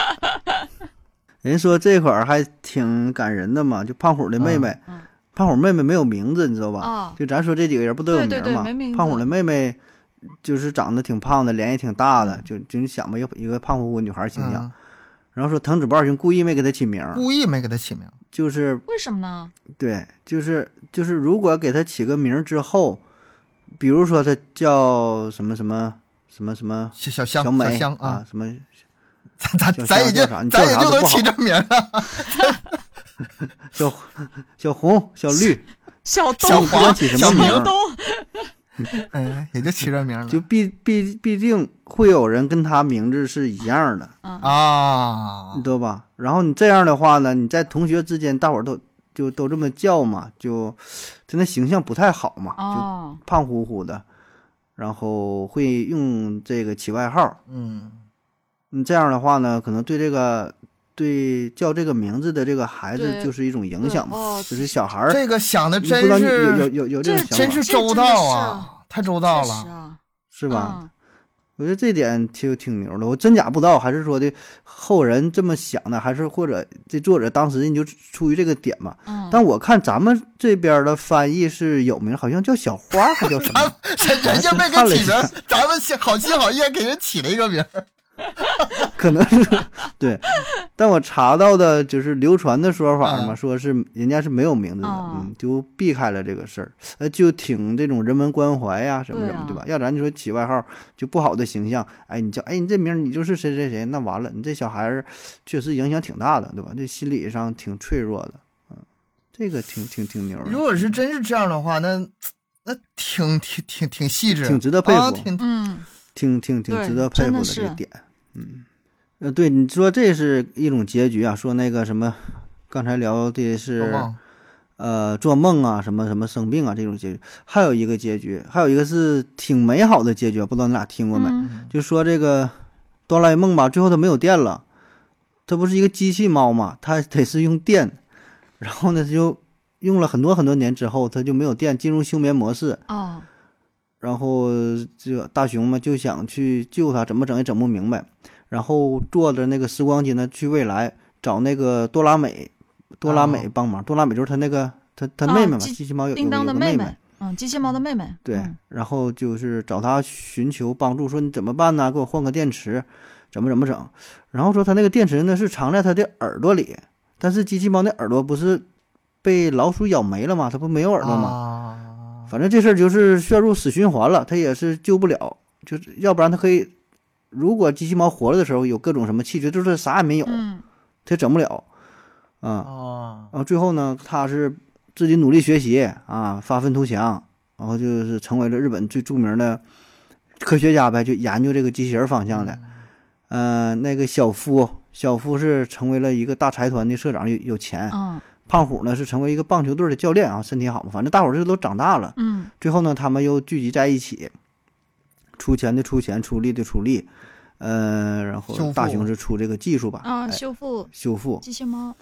S3: 人说这块儿还挺感人的嘛，就胖虎的妹妹
S2: 嗯嗯，
S3: 胖虎妹妹没有名字，你知道吧？
S2: 啊。
S3: 就咱说这几个人不都有
S2: 对
S3: 名
S2: 对
S3: 儿
S2: 对
S3: 吗？
S2: 没名字
S3: 胖虎的妹妹就是长得挺胖的，脸也挺大的，就就你想吧，一个一个胖乎乎女孩儿嗯形象。
S1: 嗯
S3: 然后说藤子不二雄故意没给她起名儿，
S1: 故意没给他起名。
S3: 就是
S2: 为什么呢？
S3: 对，就是就是，如果给她起个名儿之后，比如说她叫什么什么什么什么
S1: 小小
S3: 小
S1: 香小
S3: 美
S1: 香
S3: 啊，
S1: 啊，
S3: 什么
S1: 咱咱
S3: 小
S1: 咱
S3: 香
S1: 也
S3: 叫
S1: 就
S3: 啥你
S1: 咱
S3: 叫
S1: 也
S3: 啥
S1: 就
S3: 都
S1: 能
S3: 不好
S1: 起这名儿了，
S3: 小 小红、小 绿，
S2: 小
S1: 小
S2: 东，
S3: 不管
S1: 黄
S3: 起什
S1: 小
S3: 么名
S1: 明
S3: 儿
S2: 小东，
S1: 哎，也就起这名儿
S3: 就
S1: 了
S3: 必必必定会有人跟他名字是一样的，
S1: 啊
S3: 你。知道吧？然后你这样的话呢，你在同学之间，大伙儿都就都这么叫嘛，就真的形象不太好嘛，就
S2: 哦，
S3: 胖乎乎的，然后会用这个起外号。
S1: 嗯，
S3: 你这样的话呢，可能对这个对叫这个名字的这个孩子
S2: 对
S3: 就是一种影响嘛，
S2: 对哦
S3: 就是小孩儿
S1: 这个想的
S3: 你不知道
S1: 真
S3: 你有有
S1: 是
S3: 有有这种
S2: 这
S3: 想
S1: 真
S3: 法
S1: 是
S2: 这真
S1: 周
S2: 的
S1: 到
S2: 是
S1: 啊，太周到
S2: 确
S1: 了
S2: 实。啊，
S3: 是吧？
S2: 嗯？
S3: 我觉得这点挺挺牛的，我真假不知道，还是说的后人这么想的，还是或者这作者当时你就出于这个点嘛？
S2: 嗯，
S3: 但我看咱们这边的翻译是有名，好像叫小花儿，还叫什么？
S1: 人人家没给
S3: 看了
S1: 起
S3: 一
S1: 名儿
S3: 下，
S1: 咱们先好心好意给人起了一个名儿。
S3: 可能是 对，但我查到的就是流传的说法嘛，
S1: 嗯
S3: 说是人家是没有名字的，
S2: 哦
S3: 嗯，就避开了这个事儿，呃，就挺这种人文关怀呀、什么
S2: 对
S3: 什么，对
S2: 啊
S3: 吧？要不然你说起外号就不好的形象，哎，你叫哎你这名儿你就是谁谁谁，那完了，你这小孩儿确实影响挺大的，对吧？这心理上挺脆弱的，嗯，这个挺挺挺牛
S1: 如
S3: 的，
S1: 果是真是这样的话，那那挺挺挺挺细致，
S3: 挺值得佩服
S1: 啊挺
S2: 嗯，
S3: 挺挺挺
S2: 对
S3: 值得佩
S2: 真
S3: 服
S2: 的
S3: 这
S2: 是
S3: 个点，嗯，呃，对，你说这是一种结局啊，说那个什么。刚才聊的是
S1: 多棒
S3: 呃，做梦啊，什么什么生病啊，这种结局。还有一个结局，还有一个是挺美好的结局，不知道你俩听过没？
S2: 嗯
S3: 就说这个哆啦 A 梦吧，最后它没有电了，它不是一个机器猫嘛，它得是用电，然后呢它就用了很多很多年之后，它就没有电，进入休眠模式。
S2: 哦，
S3: 然后这个大雄嘛就想去救他，怎么整也整不明白。然后坐着那个时光机呢去未来找那个多拉美，多拉美
S1: 哦
S3: 帮忙。多拉美就是他那个他他
S2: 哦
S3: 妹妹嘛，
S2: 机
S3: 机器猫有有
S2: 叮当
S3: 有
S2: 的
S3: 个
S2: 妹
S3: 妹。，
S2: 嗯，机器猫的妹妹，
S3: 对
S2: 嗯，
S3: 然后就是找他寻求帮助，说你怎么办呢？给我换个电池，怎么怎么整？然后说他那个电池呢是藏在他的耳朵里，但是机器猫的耳朵不是被老鼠咬没了吗？它不没有耳朵吗？
S1: 啊
S3: 反正这事儿就是陷入死循环了，他也是救不了，就是要不然他可以，如果机器猫活着的时候有各种什么气质，就是啥也没有，
S2: 嗯，
S3: 他整不了，啊，
S1: 啊
S3: 然后最后呢，他是自己努力学习啊，发愤图强，然后就是成为了日本最著名的科学家呗，就研究这个机器人方向的，
S2: 嗯
S3: 呃，那个小夫，小夫是成为了一个大财团的社长，有有钱，
S2: 嗯，
S3: 胖虎呢是成为一个棒球队的教练啊，身体好嘛，反正大伙儿这都长大了。
S2: 嗯，
S3: 最后呢，他们又聚集在一起，出钱的出钱，出力的出力，呃，然
S1: 修
S3: 后
S1: 复
S3: 大雄是出这个技术吧，
S2: 啊，
S3: 哎
S2: 修复
S3: 修复，
S2: 机器猫，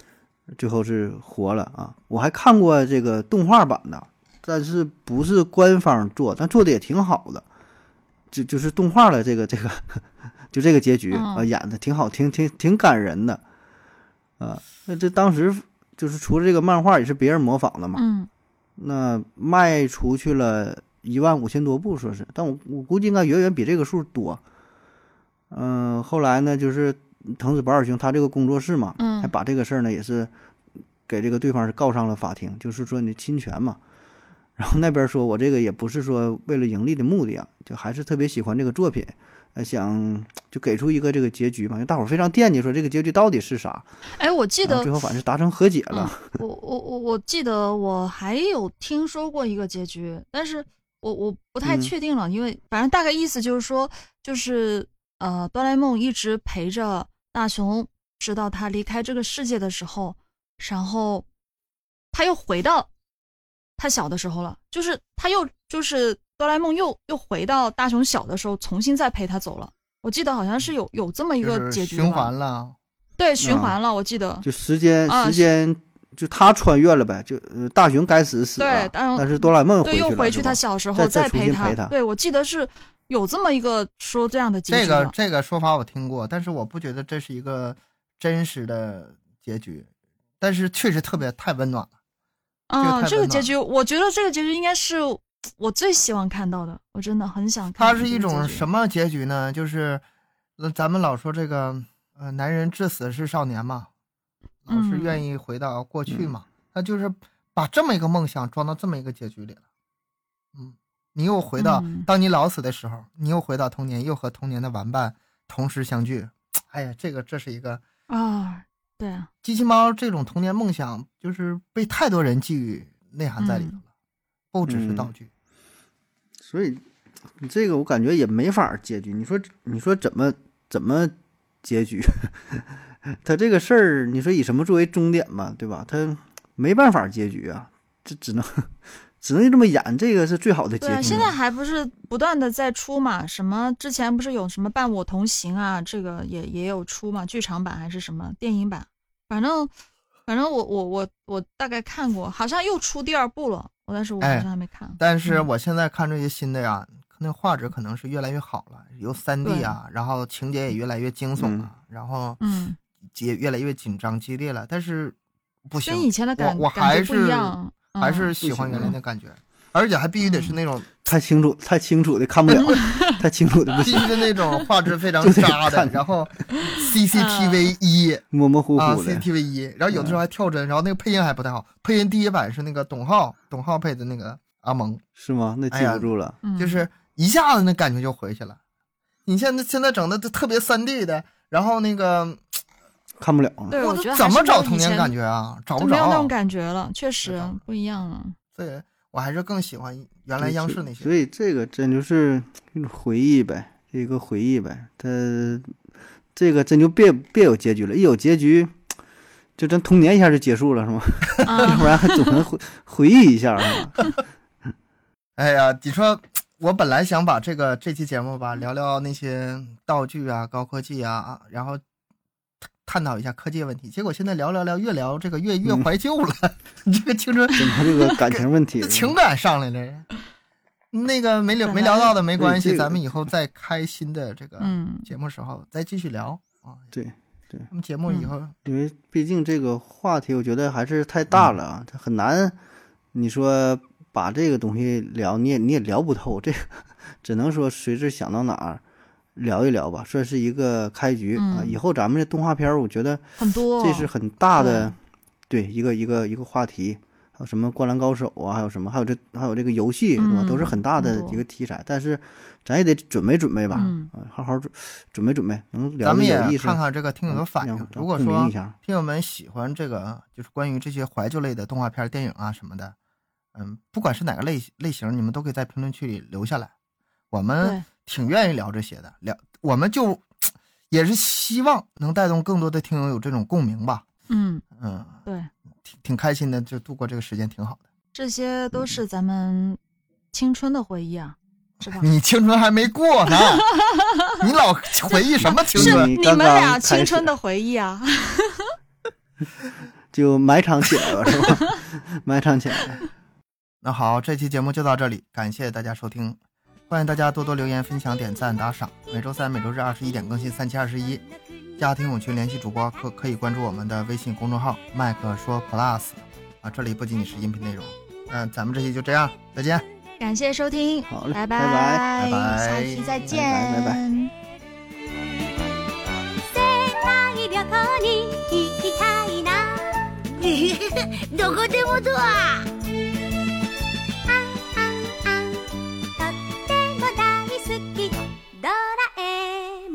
S3: 最后是活了啊！我还看过这个动画版的，但是不是官方做，但做的也挺好的，就就是动画的这个这个，就这个结局啊、
S2: 嗯
S3: 演的挺好，挺挺挺感人的，啊，那这当时就是除了这个漫画也是别人模仿的嘛，
S2: 嗯，
S3: 那卖出去了一万五千多部，说是，但我我估计应该远远比这个数多。嗯、后来呢，就是藤子不二雄他这个工作室嘛，
S2: 嗯
S3: 还把这个事儿呢也是给这个对方是告上了法庭，就是说你侵权嘛。然后那边说我这个也不是说为了盈利的目的啊，就还是特别喜欢这个作品，呃，想就给出一个这个结局嘛，因为大伙儿非常惦记说这个结局到底是啥。
S2: 哎，我记
S3: 然
S2: 得
S3: 后最后反正是达成和解了。
S2: 我我我我记得我还有听说过一个结局，但是我我不太
S3: 嗯
S2: 确定了，因为反正大概意思就是说，就是呃，哆啦 A 梦一直陪着大雄，直到他离开这个世界的时候，然后他又回到他小的时候了，就是他又就是哆啦 A 梦又又回到大雄小的时候，重新再陪他走了。我记得好像
S3: 嗯
S2: 是有有这么一
S1: 就
S2: 个
S1: 是
S2: 结局吧，
S1: 循环了，
S2: 对循
S3: 啊
S2: 环了，我记得
S3: 就时间、
S2: 啊
S3: 时
S2: 是
S3: 间，就他穿越了呗，就呃大雄该死死了
S2: 对，大雄
S3: 但是哆啦 A 梦
S2: 对，
S3: 去
S2: 又
S3: 了，
S2: 回
S3: 是
S2: 去
S3: 吧
S2: 他小时
S3: 再
S2: 候
S3: 再重
S2: 陪
S3: 新陪他
S2: 对，我记得是有这么一个说这样的结
S1: 这
S2: 局
S1: 个
S2: 的
S1: 这个说法我听过，但是我不觉得这是一个真实的结局，但是确实特别太温暖了。
S2: 啊、
S1: 这个太温
S2: 这个结
S1: 暖
S2: 局，我觉得这个结局应该是我最希望看到的，我真的很想看
S1: 它
S2: 到
S1: 是
S2: 这嗯个结
S1: 一
S2: 局。
S1: 种什么结局呢？就是，呃，咱们老说这个，呃，男人至死是少年嘛，老是
S2: 嗯
S1: 愿意回到过去嘛，他就是把这么一个梦想装到这么一个结局里了。嗯，你又回到
S2: 嗯
S1: 当你老死的时候，你又回到童年，又和童年的玩伴同时相聚。哎呀，这个这是一个
S2: 啊，对啊，
S1: 机器猫这种童年梦想，就是被太多人寄予内涵在里
S2: 嗯
S1: 头了，不只是道具。
S3: 所以你这个我感觉也没法儿结局。你说你说怎么怎么结局？ 他这个事儿，你说以什么作为终点嘛，对吧？他没办法结局啊，这只能只能这么演，这个是最好的结
S2: 对
S3: 局
S2: 啊，
S3: 了。
S2: 现在还不是不断的在出嘛？什么之前不是有什么伴我同行啊，这个也也有出嘛，剧场版还是什么电影版，反正反正我我我我大概看过，好像又出第二部了，我但是我好
S1: 哎
S2: 像还没看。
S1: 但是我现在看这些新的呀，那画质可能是越来越好了，有三 D
S2: 对
S1: 啊，然后情节也越来越惊悚啊，然后
S2: 嗯，
S1: 也越来越紧张激烈了。但是不行，
S2: 跟以前的感
S1: 我我
S2: 感
S1: 还
S2: 觉不一
S1: 是
S2: 样，嗯
S1: 还是喜欢原来那感觉，而且还必须得是那种
S3: 太清楚，太清楚的 看不了，太清楚的不
S1: 必
S3: 行
S1: 须，是那种画质非常
S3: 就得
S1: 渣的，
S3: 看
S1: 然 后
S2: 嗯
S1: CCTV 一
S3: 模模糊
S1: 啊
S3: 糊的。
S1: ，CCTV 一，然后有的时候还跳帧，然后那个配音还不太好，配音第一版是那个董浩，董浩配的那个阿蒙，
S3: 是吗？那记
S1: 哎呀
S3: 不住了。
S2: 嗯
S1: 就是一下子那感觉就回去了。你现在现在整的都特别三 D 的，然后那个
S3: 看不了了。
S2: 对，
S1: 我
S2: 我觉得
S1: 怎么找童
S2: 童
S1: 年感
S2: 觉？
S1: 觉啊？找
S2: 就
S1: 不
S2: 没有那种
S1: 着，
S2: 感觉了，确实
S1: 找不着
S2: 不一样了。
S1: 所以我还是更喜欢原来央视那些
S3: 所。以这个真就是一种回忆呗，一个回忆呗。它这个真就别别有结局了，一有结局，就咱童年一下就结束了，是吗？ 要
S2: 啊，
S3: 不然还总能回回忆一下，是吧？
S1: 哎呀，你说我本来想把这个这期节目吧聊聊那些道具啊、高科技啊，然后探探讨一下科技问题，结果现在聊聊聊，越聊这个越越
S3: 嗯
S1: 怀旧了， 你这个青 春
S3: 整个这个感情问题
S1: 这， 情感上来了。那个没聊
S2: 本
S1: 没
S2: 来
S1: 聊到的没关
S3: 对
S1: 系，
S3: 这个
S1: 咱们以后再开新的这个
S2: 嗯，
S1: 节目时候再继续聊啊。
S3: 对对
S1: 咱们节目以后
S2: 嗯
S3: 因为毕竟这个话题，我觉得还是太大了啊，它很难。你说把这个东西聊，你也你也聊不透，这个只能说随之想到哪儿聊一聊吧，算是一个开局、啊。
S2: 嗯
S3: 以后咱们这动画片儿，我觉得
S2: 很多。
S3: 这是很大的，对一个一个一个话题，还有什么《灌篮高手》啊，还有什么，还有这还有这个游戏，对吧？
S2: 嗯
S3: 都是很大
S2: 很
S3: 的
S2: 多
S3: 一个题材，但是咱也得准备准备吧，
S2: 嗯
S3: 啊，好好准准备准备，能聊
S1: 咱
S3: 得
S1: 们也
S3: 有意思，嗯
S1: 看看这个听友的反
S3: 然
S1: 应
S3: 后。
S1: 如果
S3: 共鸣
S1: 说
S3: 一下，
S1: 听友们喜欢这个，就是关于这些怀旧类的动画片、电影啊什么的，嗯，不管是哪个类类型，你们都可以在评论区里留下来。我们
S2: 对
S1: 挺愿意聊这些的，聊我们就也是希望能带动更多的听友有这种共鸣吧。
S2: 嗯，
S1: 嗯，
S2: 对。
S1: 挺挺开心的，就度过这个时间挺好的。
S2: 这些都
S1: 嗯
S2: 是咱们青春的回忆啊，是吧？
S1: 你青春还没过呢， 你老回忆什么青
S2: 是
S1: 春？
S3: 你
S2: 你
S3: 刚
S2: 们俩
S3: 刚开
S2: 青春
S3: 始
S2: 的回忆啊，
S3: 就埋场起来吧，是吧？ 埋场起来，
S1: 那好，这期节目就到这里，感谢大家收听，欢迎大家多多留言、分享、点赞、打赏。每周三、每周日二十一点更新三七二十一，加听友群联系主播，可可以关注我们的微信公众号“麦克说 Plus” 啊，这里不仅仅是音频内容。嗯，咱们这期就这样，再见。
S2: 感谢收听，
S3: 好嘞
S2: 拜
S3: 拜
S1: 拜拜
S2: 下期再见，
S3: 拜拜拜
S4: 世界旅 行に行きたいな
S5: どこでもドア